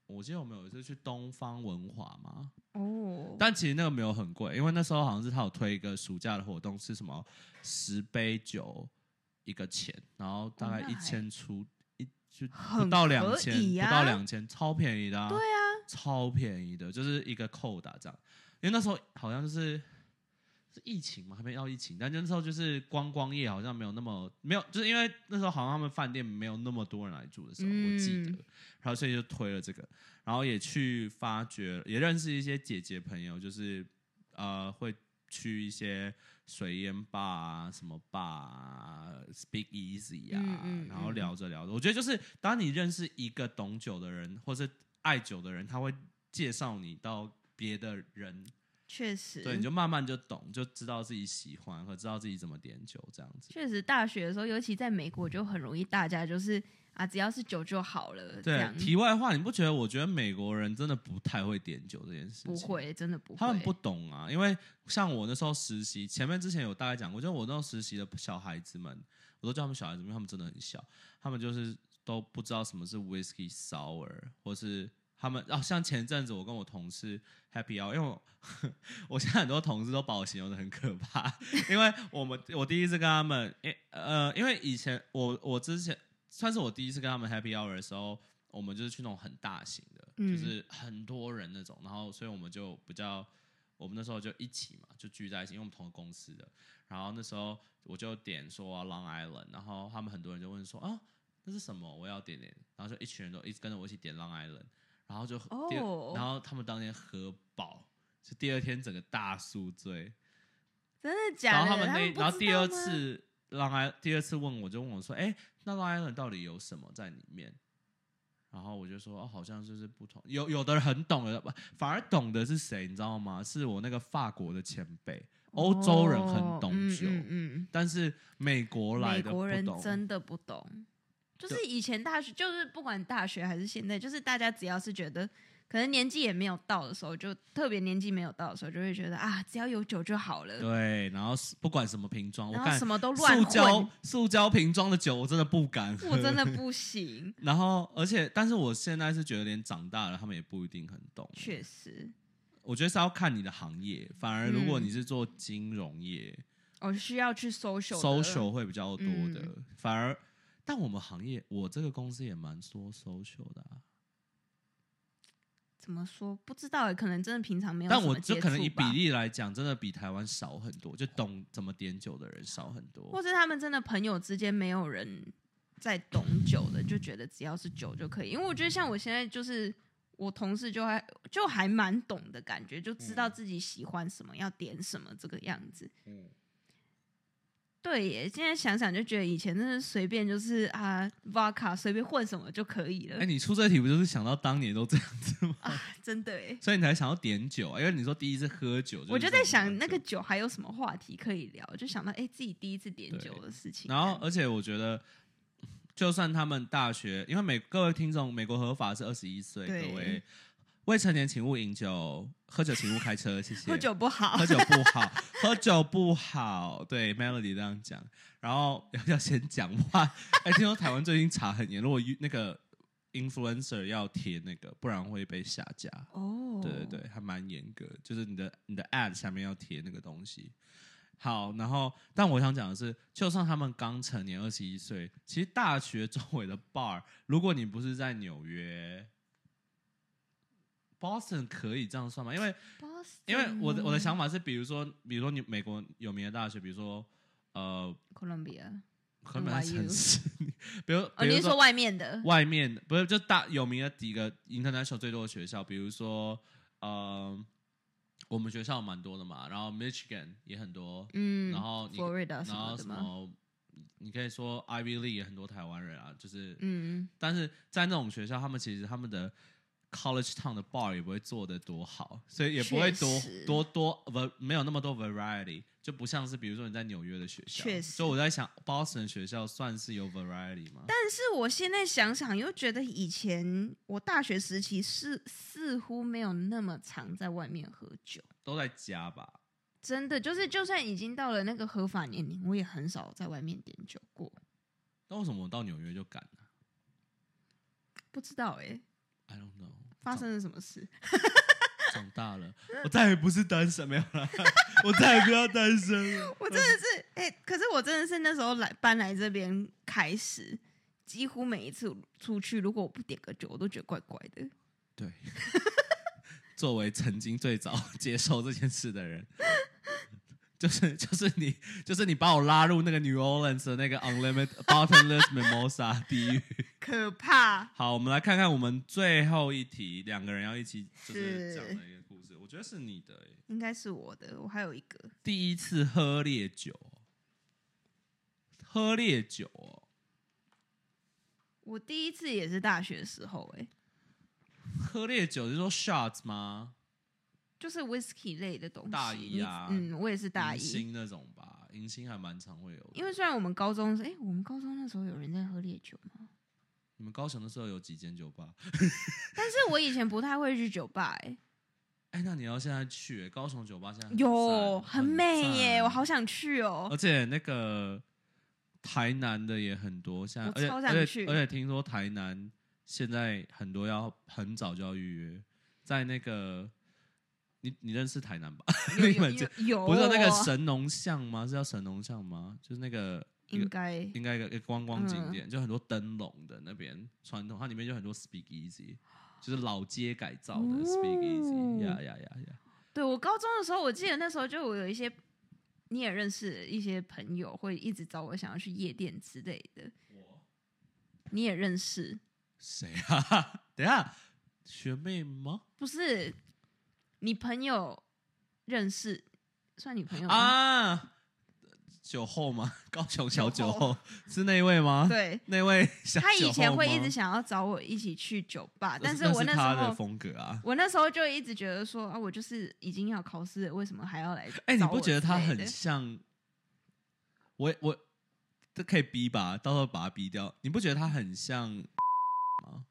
A: 我记得我们有一次去东方文华嘛，
B: 哦，
A: 但其实那个没有很贵，因为那时候好像是他有推一个暑假的活动，是什么十杯酒一个钱，然后大概
B: 哦
A: 一
B: 那还
A: 千出一就不
B: 很
A: 到两
B: 可
A: 千、
B: 以
A: 不到
B: 啊
A: 两千，超便宜的、啊，对啊，超便宜的，就是一个扣打这样。因为那时候好像就是是疫情嘛，还没到疫情，但那时候就是观光业好像没有那么没有，就是因为那时候好像他们饭店没有那么多人来住的时候，我记得
B: 嗯，
A: 然后所以就推了这个，然后也去发掘，也认识一些姐姐朋友，就是呃会去一些水烟吧啊、什么吧啊、Speak Easy 啊，
B: 嗯嗯
A: 然后
B: 嗯
A: 聊着聊着，我觉得就是当你认识一个懂酒的人或是爱酒的人，他会介绍你到别的人
B: 确实，
A: 对，你就慢慢就懂，就知道自己喜欢和知道自己怎么点酒这样子。
B: 确实大学的时候，尤其在美国，就很容易大家就是啊，只要是酒就好了，这
A: 对
B: 样，
A: 题外话，你不觉得？我觉得美国人真的不太会点酒这件事情，
B: 不，会，真的不会，
A: 他们不懂啊。因为像我那时候实习，前面之前有大概讲过，就是我那时候实习的小孩子们，我都叫他们小孩子，因为他们真的很小，他们就是都不知道什么是 whiskey sour，或是他们哦，像前阵子我跟我同事 happy hour，因为我我现在很多同事都把我形容的很可怕， 因为我们我第一次跟他们，诶呃，因为以前我我之前算是我第一次跟他们 happy hour 的时候，我们就是去那种很大型的，
B: 嗯
A: 就是很多人那种，然后所以我们就比较，我们那时候就一起嘛，就聚在一起，因为我们同个公司的，然后那时候我就点说、Long Island，然后他们很多人就问说啊那是什么，我要点点，然后就一群人都一直跟着我一起点 Long Island，然后就第二、
B: 哦
A: 然后他们当天喝饱，就第二天整个大宿醉，
B: 真的
A: 然
B: 假
A: 后他
B: 的？
A: 们
B: 他
A: 那，
B: 不
A: 然
B: 知
A: 后第
B: 道
A: 二
B: 吗，
A: 次让来第二次问我就问我说，哎、那 Long Island 到底有什么在里面？然后我就说，哦，好像就是不同，有有的人很懂的，反而懂的是谁，你知道吗？是我那个法国的前辈，欧洲人很
B: 哦
A: 懂
B: 嗯
A: 酒，
B: 嗯嗯
A: 但是美国来
B: 美
A: 的不
B: 国人
A: 懂，
B: 真的不懂，就是以前大学，就是不管大学还是现在，就是大家只要是觉得可能年纪也没有到的时候，就特别年纪没有到的时候，就会觉得啊，只要有酒就好了，
A: 对，然后是不管什么瓶装，我
B: 然后
A: 看
B: 什么都乱
A: 塑
B: 混
A: 胶，塑胶瓶装的酒，我真的不敢喝，
B: 我 真的不行，
A: 然后，而且，但是我现在是觉得，连长大了，他们也不一定很懂。
B: 确实，
A: 我觉得是要看你的行业，反而如果
B: 嗯
A: 你是做金融业、
B: 我需要去 social 的
A: social 会比较多的，
B: 嗯
A: 反而。但我们行业，我这个公司也蛮多 social 的、啊，
B: 怎么说不知道欸，可能真的平常没有什
A: 但
B: 么
A: 我就
B: 接触吧，
A: 可能以比例来讲，真的比台湾少很多，就懂怎么点酒的人少很多
B: 或。是他们真的朋友之间没有人在懂酒的，就觉得只要是酒就可以。因为我觉得像我现在就是我同事就还就还蛮懂的感觉，就知道自己喜欢什么，要点什么这个样子。
A: 嗯
B: 对耶，现在想想就觉得以前真的随便就是啊，vodka 随便混什么就可以了，
A: 哎、你出这题不就是想到当年都这样子吗？
B: 真的哎。
A: 所以你才想要点酒啊？因为你说第一次喝酒，
B: 我
A: 就
B: 就是
A: 这
B: 在
A: 种
B: 想那
A: 酒
B: 个酒还有什么话题可以聊，就想到哎、自己第一次点酒的事情。啊
A: 然后，而且我觉得，就算他们大学，因为美各位听众，美国合法是二十一岁，
B: 对
A: 各位未成年请勿饮酒，喝酒请勿开车，谢谢。
B: 喝酒不好
A: 喝，酒不好，喝酒不好。对，Melody 这样讲，然后要要先讲话。 哎、听说台湾最近查很严，如果那个 influencer 要贴那个，不然会被下架。
B: 哦，
A: 对对对，还蛮严格，就是你的你的 ad 下面要贴那个东西。好，然后但我想讲的是，就算他们刚成年二十一岁，其实大学周围的 bar，如果你不是在纽约，Boston 可以这样算吗？因为
B: Boston
A: 因为我的我的
B: 哦
A: 想法是，比如说比如说你美国有名的大学，比如说呃，
B: 哥伦比亚。
A: 可能城市， 比如
B: 哦，
A: 比如
B: 你是说外面的？
A: 外面不是就大有名的几个 international 最多的学校，比如说，呃，我们学校蛮多的嘛，然后 Michigan 也很多，
B: 嗯，
A: 然后你
B: Florida 什
A: 然后
B: 么的
A: 什
B: 吗？
A: 么，你可以说 Ivy League 也很多台湾人啊，就是，
B: 嗯，
A: 但是在那种学校，他们其实他们的 college town 的 bar 也不会做的多好，所以也不会
B: 确
A: 多呃
B: 实
A: 多多不没有那么多 variety，就不像是比如说你在纽约的学校，
B: 确实
A: 所以我在想，Boston 的学校算是有 variety 吗？
B: 但是我现在想想，又觉得以前我大学时期是似乎没有那么常在外面喝酒，
A: 都在家吧。
B: 真的就是就算已经到了那个合法年龄，我也很少在外面点酒过。
A: 那为什么我到纽约就敢呢、
B: 不知道哎、
A: i don't know。
B: 发生了什么事？
A: 长大 了，我再也不是单身，没有了， 我再也不要单身了。
B: 我真的是哎、可是我真的是那时候来搬来这边开始，几乎每一次出去，如果我不点个酒，我都觉得怪怪的。
A: 对，作为曾经最早接受这件事的人，就是就是你，就是你把我拉入那个 New Orleans 的那个 Unlimited Bottomless Mimosa 地狱。
B: 可怕，
A: 好，我们来看看我们最后一题，两个人要一起就是
B: 是
A: 讲的一个故事。我觉得是你的欸、
B: 应该是我的，我还有一个，
A: 第一次喝烈酒，喝烈酒哦，
B: 我第一次也是大学的时候、哎，
A: 喝烈酒是说 shots 吗？
B: 就是 whisky 类的东西。
A: 大一啊
B: 你嗯，我也是大
A: 迎
B: 一。
A: 新那种吧，迎新还蛮常会有的。
B: 因为虽然我们高中是，哎、我们高中那时候有人在喝烈酒吗？
A: 你们高雄的时候有几间酒吧？
B: 但是我以前不太会去酒吧、哎，
A: 哎、那你要现在去、欸高雄酒吧现在 很
B: 有
A: 赞
B: 很
A: 很
B: 美耶、
A: 赞
B: 我好想去哦、
A: 而且那个台南的也很多，现在
B: 我
A: 而且
B: 超
A: 而
B: 想
A: 且
B: 去
A: 而且听说台南现在很多要很早就要预约，在那个你你认识台南吧？
B: 有
A: 你们
B: 有有，哦
A: 不是有那个神农巷吗？是叫神农巷吗？就是那个一
B: 应
A: 个
B: 该
A: 应该一个一个观光
B: 嗯
A: 景点，就很多灯笼的那边传统，它里面就很多 speakeasy，就是老街改造的
B: 哦
A: speakeasy，呀呀呀呀！
B: 对我高中的时候，我记得那时候就我有一些你也认识的一些朋友，会一直找我想要去夜店之类的。你也认识，
A: 谁啊？ 等一下，学妹吗？
B: 不是你朋友认识，算你朋友吗？
A: 啊，酒后吗？ 高雄小酒
B: 酒
A: 后是那一位吗？，
B: 对，
A: 那位小
B: 他
A: 酒
B: 以
A: 后
B: 前会
A: 吗
B: 一直，想要找我一起去酒吧，但
A: 是
B: 是我
A: 那
B: 那
A: 是他的
B: 时候。
A: 风格啊。
B: 我那时候就一直觉得说啊，我就是已经要考试了，为什么还要来？
A: 哎、你不觉得他很像？我我这可以逼吧，到时候把他逼掉。你不觉得他很像吗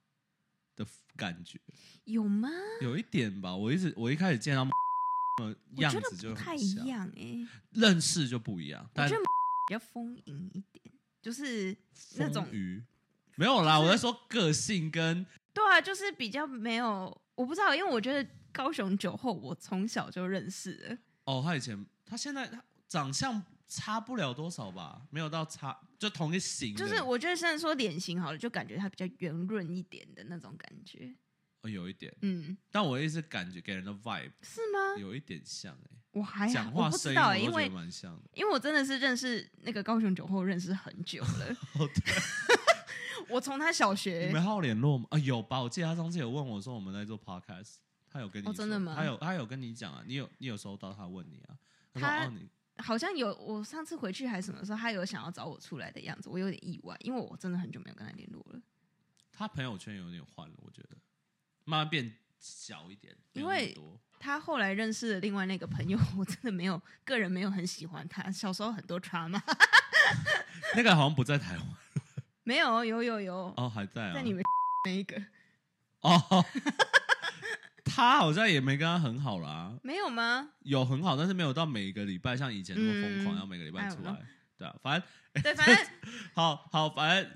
A: 的感觉？
B: 有吗？
A: 有一点吧。我一直我一开始见到呃
B: 我
A: 样
B: 觉得
A: 子
B: 不
A: 就
B: 太
A: 很
B: 一
A: 像，
B: 样哎、
A: 认识就不一样。但
B: 觉得比较丰盈一点，就是那
A: 风
B: 种
A: 鱼没有啦，
B: 就
A: 我
B: 是
A: 在说个性跟
B: 对啊，就是比较没有，我不知道，因为我觉得高雄酒后我从小就认识了，
A: 哦，他以前他现在他长相差不了多少吧，没有到差就同一型的，
B: 就是我觉得虽然说脸型好了，就感觉他比较圆润一点的那种感觉，
A: 哦有一点，
B: 嗯，
A: 但我一直感觉给人的 vibe
B: 是吗？
A: 有一点像哎、
B: 我还好
A: 讲话
B: 我不
A: 声
B: 知
A: 音
B: 道、
A: 我
B: 欸，
A: 都
B: 因
A: 觉得
B: 为
A: 蛮像的。
B: 因为我真的是认识那个高雄酒后认识很久 了，
A: 哦， 对，
B: 我从他小
A: 你
B: 学
A: 们还有联络吗？啊，有吧？我记得他上次有问我说我们在做 podcast，他有跟你
B: 哦真的
A: 说
B: 吗
A: 他有他有跟你讲啊，你有你有收到他问你啊？
B: 他
A: 说哦你
B: 好像有，我上次回去还是什么时候，他有想要找我出来的样子，我有点意外，因为我真的很久没有跟他联络了。
A: 他朋友圈有点换了，我觉得慢慢变小一点，没有
B: 因为
A: 那么多
B: 他后来认识的另外那个朋友，我真的没有个人没有很喜欢他，小时候很多 trauma，
A: 那个好像不在台湾
B: 没有有有有，
A: 哦，还在啊，
B: 在你们 那一个
A: 哦， 他好像也没跟他很好啦，
B: 没有吗？
A: 有很好，但是没有到每个礼拜像以前那么疯狂，
B: 嗯
A: 要每个礼拜出
B: I don't
A: 来。对啊，反正
B: 对，反正
A: 好好，反正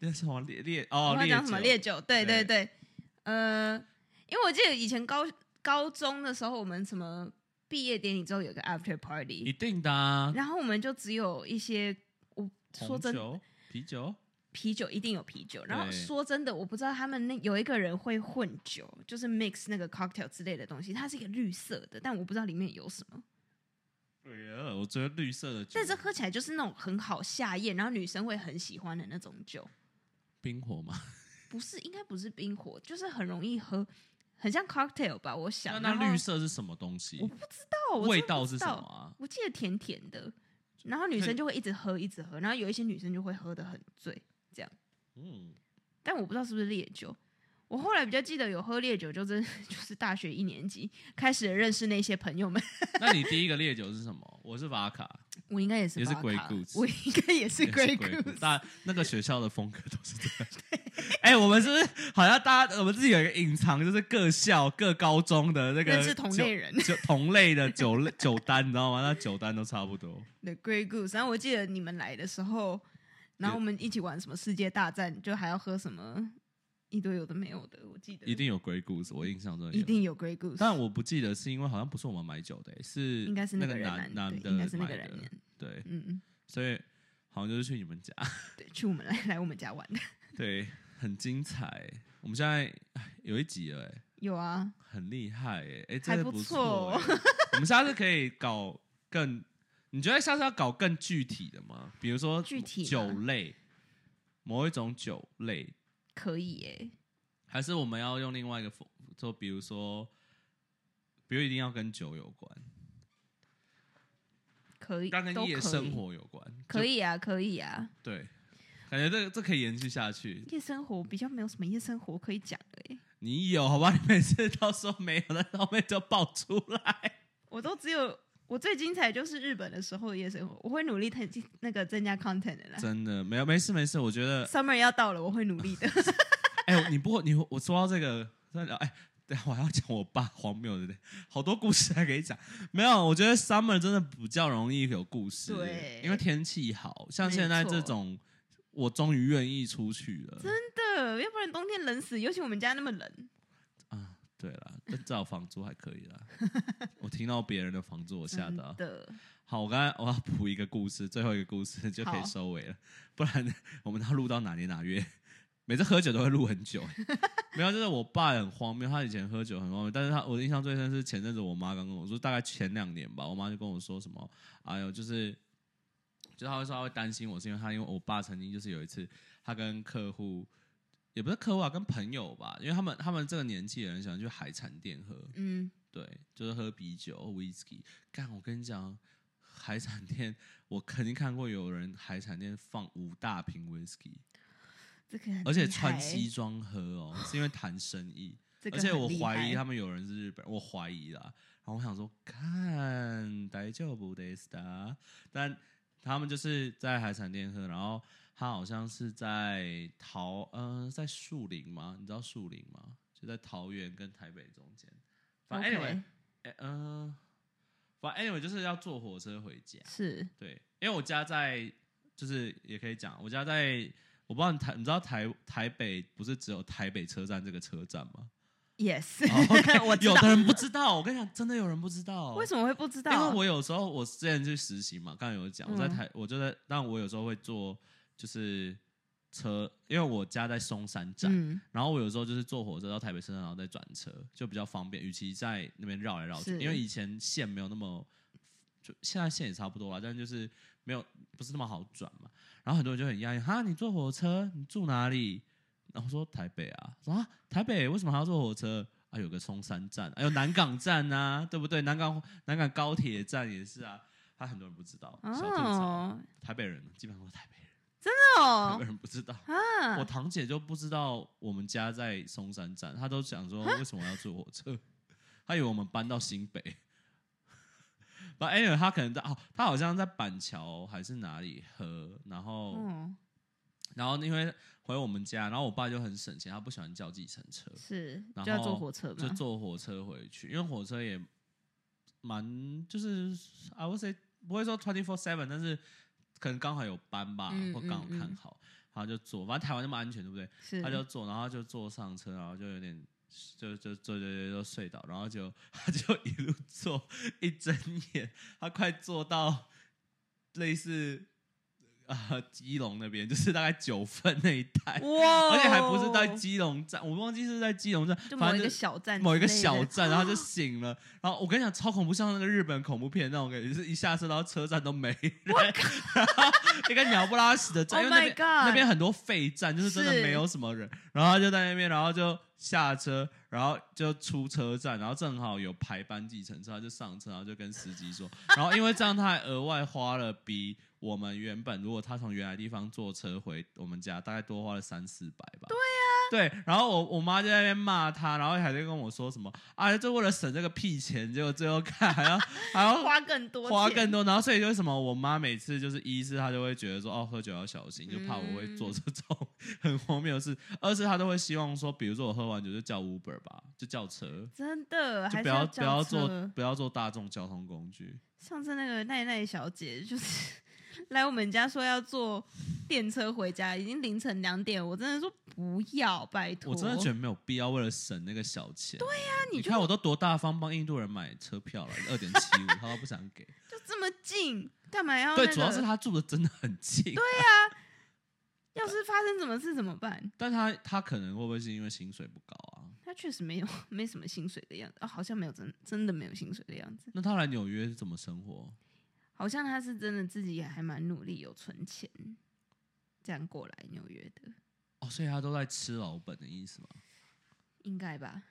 A: 那什么烈烈
B: 我
A: 哦，
B: 要
A: 烈
B: 讲什么烈
A: 酒
B: 酒，对
A: 对
B: 对对，呃，因为我记得以前高高中的时候，我们什么毕业典礼之后有个 after
A: 一
B: party，
A: 定的啊，
B: 然后我们就只有一些我说
A: 红
B: 真
A: 酒、啤酒，
B: 啤酒一定有啤酒，然后
A: 对
B: 说真的，我不知道他们那有一个人会混酒，就是 mix 那个 cocktail 之类的东西，它是一个绿色的，但我不知道里面有什么。
A: 对啊，我觉得绿色的酒，
B: 但是喝起来就是那种很好下咽，然后女生会很喜欢的那种酒，
A: 冰火嘛，
B: 不是应该不是冰火，就是很容易喝，很像 cocktail 吧？我
A: 那
B: 想。
A: 那
B: 然后
A: 绿色是什么东西
B: 我？不知道，哦我真的
A: 味
B: 不
A: 道
B: 知
A: 是什
B: 道
A: 么？啊？
B: 我记得甜甜的，然后女生就会一直喝，一直喝，然后有一些女生就会喝的很醉，
A: 嗯，
B: 但我不知道是不是烈酒。我后来比较记得有喝烈酒，就真 就是大学一年级开始认识那些朋友们。
A: 那你第一个烈酒是什么？我是瓦卡，
B: 我应该也是
A: 也是
B: 巴
A: 鬼
B: 卡
A: 谷子
B: 我应该也是
A: 也
B: 鬼
A: 鬼
B: 谷
A: 谷
B: 子。
A: 大那个学校的风格都是这样。 哎、我们是不是好像大家我们自己有一个隐藏，就是各校各高中的那
B: 认
A: 个
B: 识同类人
A: 酒酒同类的酒类酒单，你知道吗？那酒单都差不多。
B: 的 Grey Goose，然后我记得你们来的时候，然后我们一起玩什么世界大战，就还要喝什么一堆有的没有的，我记得
A: 一定有鬼谷子，我印象中有
B: 一定有 Grey Goose，
A: 但我不记得是因为好像不是我们买酒的、欸是
B: 应该是
A: 那
B: 个
A: 个
B: 人
A: 男
B: 男
A: 男
B: 对
A: 的
B: 应该是那
A: 买
B: 个
A: 的
B: 人男，
A: 对，
B: 嗯嗯，
A: 所以好像就是去你们家，
B: 对，去我们 来来我们家玩的
A: 对，很精彩。我们现在唉有一集了、欸，
B: 有啊，
A: 很厉害、欸，哎、
B: 还
A: 真的
B: 不
A: 错、
B: 错哦
A: 欸 我们下次可以搞更，你觉得下次要搞更具体的吗？比如说
B: 具体吗
A: 酒类，某一种酒类，
B: 可以耶、
A: 还是我们要用另外一个风，就比如说，比如一定要跟酒有关，
B: 可以，
A: 要跟
B: 都
A: 夜
B: 可以
A: 生活有关，
B: 可以啊，可以啊，
A: 对，感觉这个这可以延续下去。
B: 夜生活比较没有什么夜生活可以讲的、耶
A: 你有好吧？你每次到时候没有，但是后面就爆出 来。
B: 我都只有。我最精彩就是日本的时候的夜生活，我会努力增那个增加 content 的啦。
A: 真的没有，没事没事。我觉得，
B: Summer 要到了，我会努力的。
A: 哎、你不你我说到这个，真的哎，等一下我还要讲我爸荒谬的，好多故事还可以讲。没有，我觉得 summer 真的比较容易有故事，
B: 对
A: 因为天气好，像现在
B: 没错
A: 这种，我终于愿意出去了。
B: 真的，要不然冬天冷死，尤其我们家那么冷。
A: 啊，对了，但至少房租还可以啦。 我听到别人的房租，我吓
B: 真
A: 到。
B: 的，
A: 好，我刚才我要补一个故事，最后一个故事就可以
B: 好
A: 收尾了，不然我们要录到哪年哪月？每次喝酒都会录很久。欸没有，就是我爸很荒谬，他以前喝酒很荒谬，但是他我印象最深是前阵子我妈刚跟我说，大概前两年吧，我妈就跟我说什么，哎呦，就是。就他会说他会担心我，是因为他因为我爸曾经就是有一次，他跟客户也不是客户啊，跟朋友吧，因为他们他们这个年纪的人喜欢去海产店喝，
B: 嗯，
A: 对，就是喝啤酒、whisky。干，我跟你讲，海产店我肯定看过有人海产店放五大瓶 whisky，
B: 这个很
A: 而且
B: 厉害
A: 穿西，装喝哦，是因为谈生意。
B: 这个
A: 而且
B: 很
A: 我
B: 厉
A: 怀疑
B: 害
A: 他们有人是日本人，我怀疑啦。然后我想说，看大丈夫ですか？但他们就是在海产店喝，然后他好像是在桃，嗯、在树林吗？你知道树林吗？就在桃园跟台北中间。反正 anyway，
B: OK
A: 哎嗯、反正 anyway 就是要坐火车回家。
B: 是
A: 对，因为我家在，就是也可以讲，我家在，我不知道你台，你知道台台北不是只有台北车站这个车站 吗？
B: yes，
A: 哦 OK，
B: 我知
A: 有
B: 道
A: 的人不知道，我跟你讲，真的有人不知道。 哦
B: 为什么会不知道？
A: 因为我有时候我之前去实习嘛，刚刚有讲，我在
B: 嗯
A: 台，我就在，但我有时候会坐就是车，因为我家在松山站，
B: 嗯，
A: 然后我有时候就是坐火车到台北车站，然后再转车，就比较方便。与其在那边绕来绕去，
B: 是
A: 因为以前线没有那么，就现在线也差不多啦，但就是没有不是那么好转嘛。然后很多人就很讶异，哈，你坐火车，你住哪里？然后我说台北啊，说啊台北为什么还要坐火车？啊，有个松山站，还、有南港站啊，对不对？南港南港高铁站也是啊，他很多人不知道，小啊吐槽，
B: 哦，
A: 台北人基本上都是台北人， 台北
B: 哦，
A: 人不知道。
B: 啊
A: 我，堂姐就不知道我们家在松山站，她都想说为什么要坐火车， 她以为我们搬到新北。But anyway，她可能在哦，她好像在板桥还是哪里喝，然后、
B: 哦，
A: 然后因为回我们家，然后我爸就很省钱，他不喜欢叫计程车，
B: 是
A: 然后
B: 就要坐火车嘛，
A: 就坐火车回去，因为火车也蛮就是，I would say 不会说 twenty four seven，但是可能刚好有班吧，
B: 嗯
A: 或刚好
B: 嗯
A: 看
B: 嗯
A: 好，然后就坐，反正台湾那么安全，对不对？
B: 是
A: 他就 坐，然后他就坐上车，然后就有点就就就就就就睡倒，然后就 他就一路坐，一睁眼他快坐到类似呃基隆那边，就是大概九份那一带，
B: 哇，哦
A: 而且还不是在基隆站，我忘记是在基隆站，
B: 就某
A: 反
B: 一
A: 正
B: 个
A: 就
B: 小站之类的，
A: 某一个小站，然 后就醒了。然后我跟你讲，超恐怖，像那个日本恐怖片那种感觉，就是一下车，然后车站都没人，然后一个鸟不拉屎的站，
B: Oh
A: 因为那
B: my
A: 边
B: God
A: 那边很多废站，就是真的
B: 是
A: 没有什么人。然后他就在那边，然后就下车，然后就出车站，然后正好有排班计程车，他就上车，然后就跟司机说，然后因为这样他还额外花了比。我们原本如果他从原来地方坐车回我们家，大概多花了三四百吧。对 对，然后我我妈就在那边骂他，然后还在跟我说什么啊，就为了省这个屁钱，结果最后看还要还要
B: 花更多，
A: 花更。多，然后所以为什么我妈每次就是一是她就会觉得说哦喝酒要小心，就怕我会
B: 嗯
A: 做这种 很荒谬的事；二是她都会希望说，比如说我喝完酒就叫 Uber 吧，就叫车，
B: 真的，
A: 就
B: 还
A: 不
B: 是
A: 要不
B: 叫
A: 要
B: 车
A: 坐不要坐大众交通工具。
B: 上次那个奈奈小姐就是 来我们家说要坐电车回家，已经凌晨两点，我真的说不要，拜托。
A: 我真的觉得没有必要为了省那个小钱。对呀、
B: 你
A: 你
B: 就
A: 看我都多大方帮印度人买车票了，二点七五，他都不想给。
B: 就这么近，干嘛要、那个？
A: 对，主要是他住的真的很近。对，
B: 要是发生什么事怎么办？
A: 但他他可能会不会是因为薪水不高啊？
B: 他确实没有没什么薪水的样子，哦，好像没有真真的没有薪水的样子，
A: 那他来纽约是怎么生活？
B: 好像他是真的自己也还蛮努力，有存钱，这样过来纽约的，
A: 哦，所以他都在吃老本的意思吗？
B: 应该吧？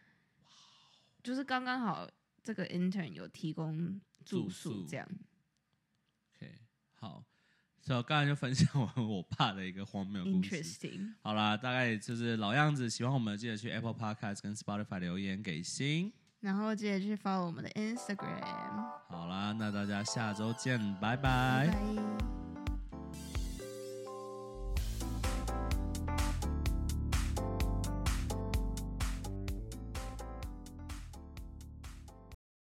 B: 就是刚刚好这个 intern 有提供住
A: 住
B: 宿
A: 宿
B: 这样。
A: OK，好，所以我刚才就分享完我爸的一个荒谬故事。
B: Interesting，
A: 好啦，大概就是老样子，喜欢我们的记得去 Apple Podcast 跟 Spotify 留言给星。
B: 然后记得去 follow 我们的 Instagram，
A: 好啦，那大家下周见，拜拜。
B: 拜拜。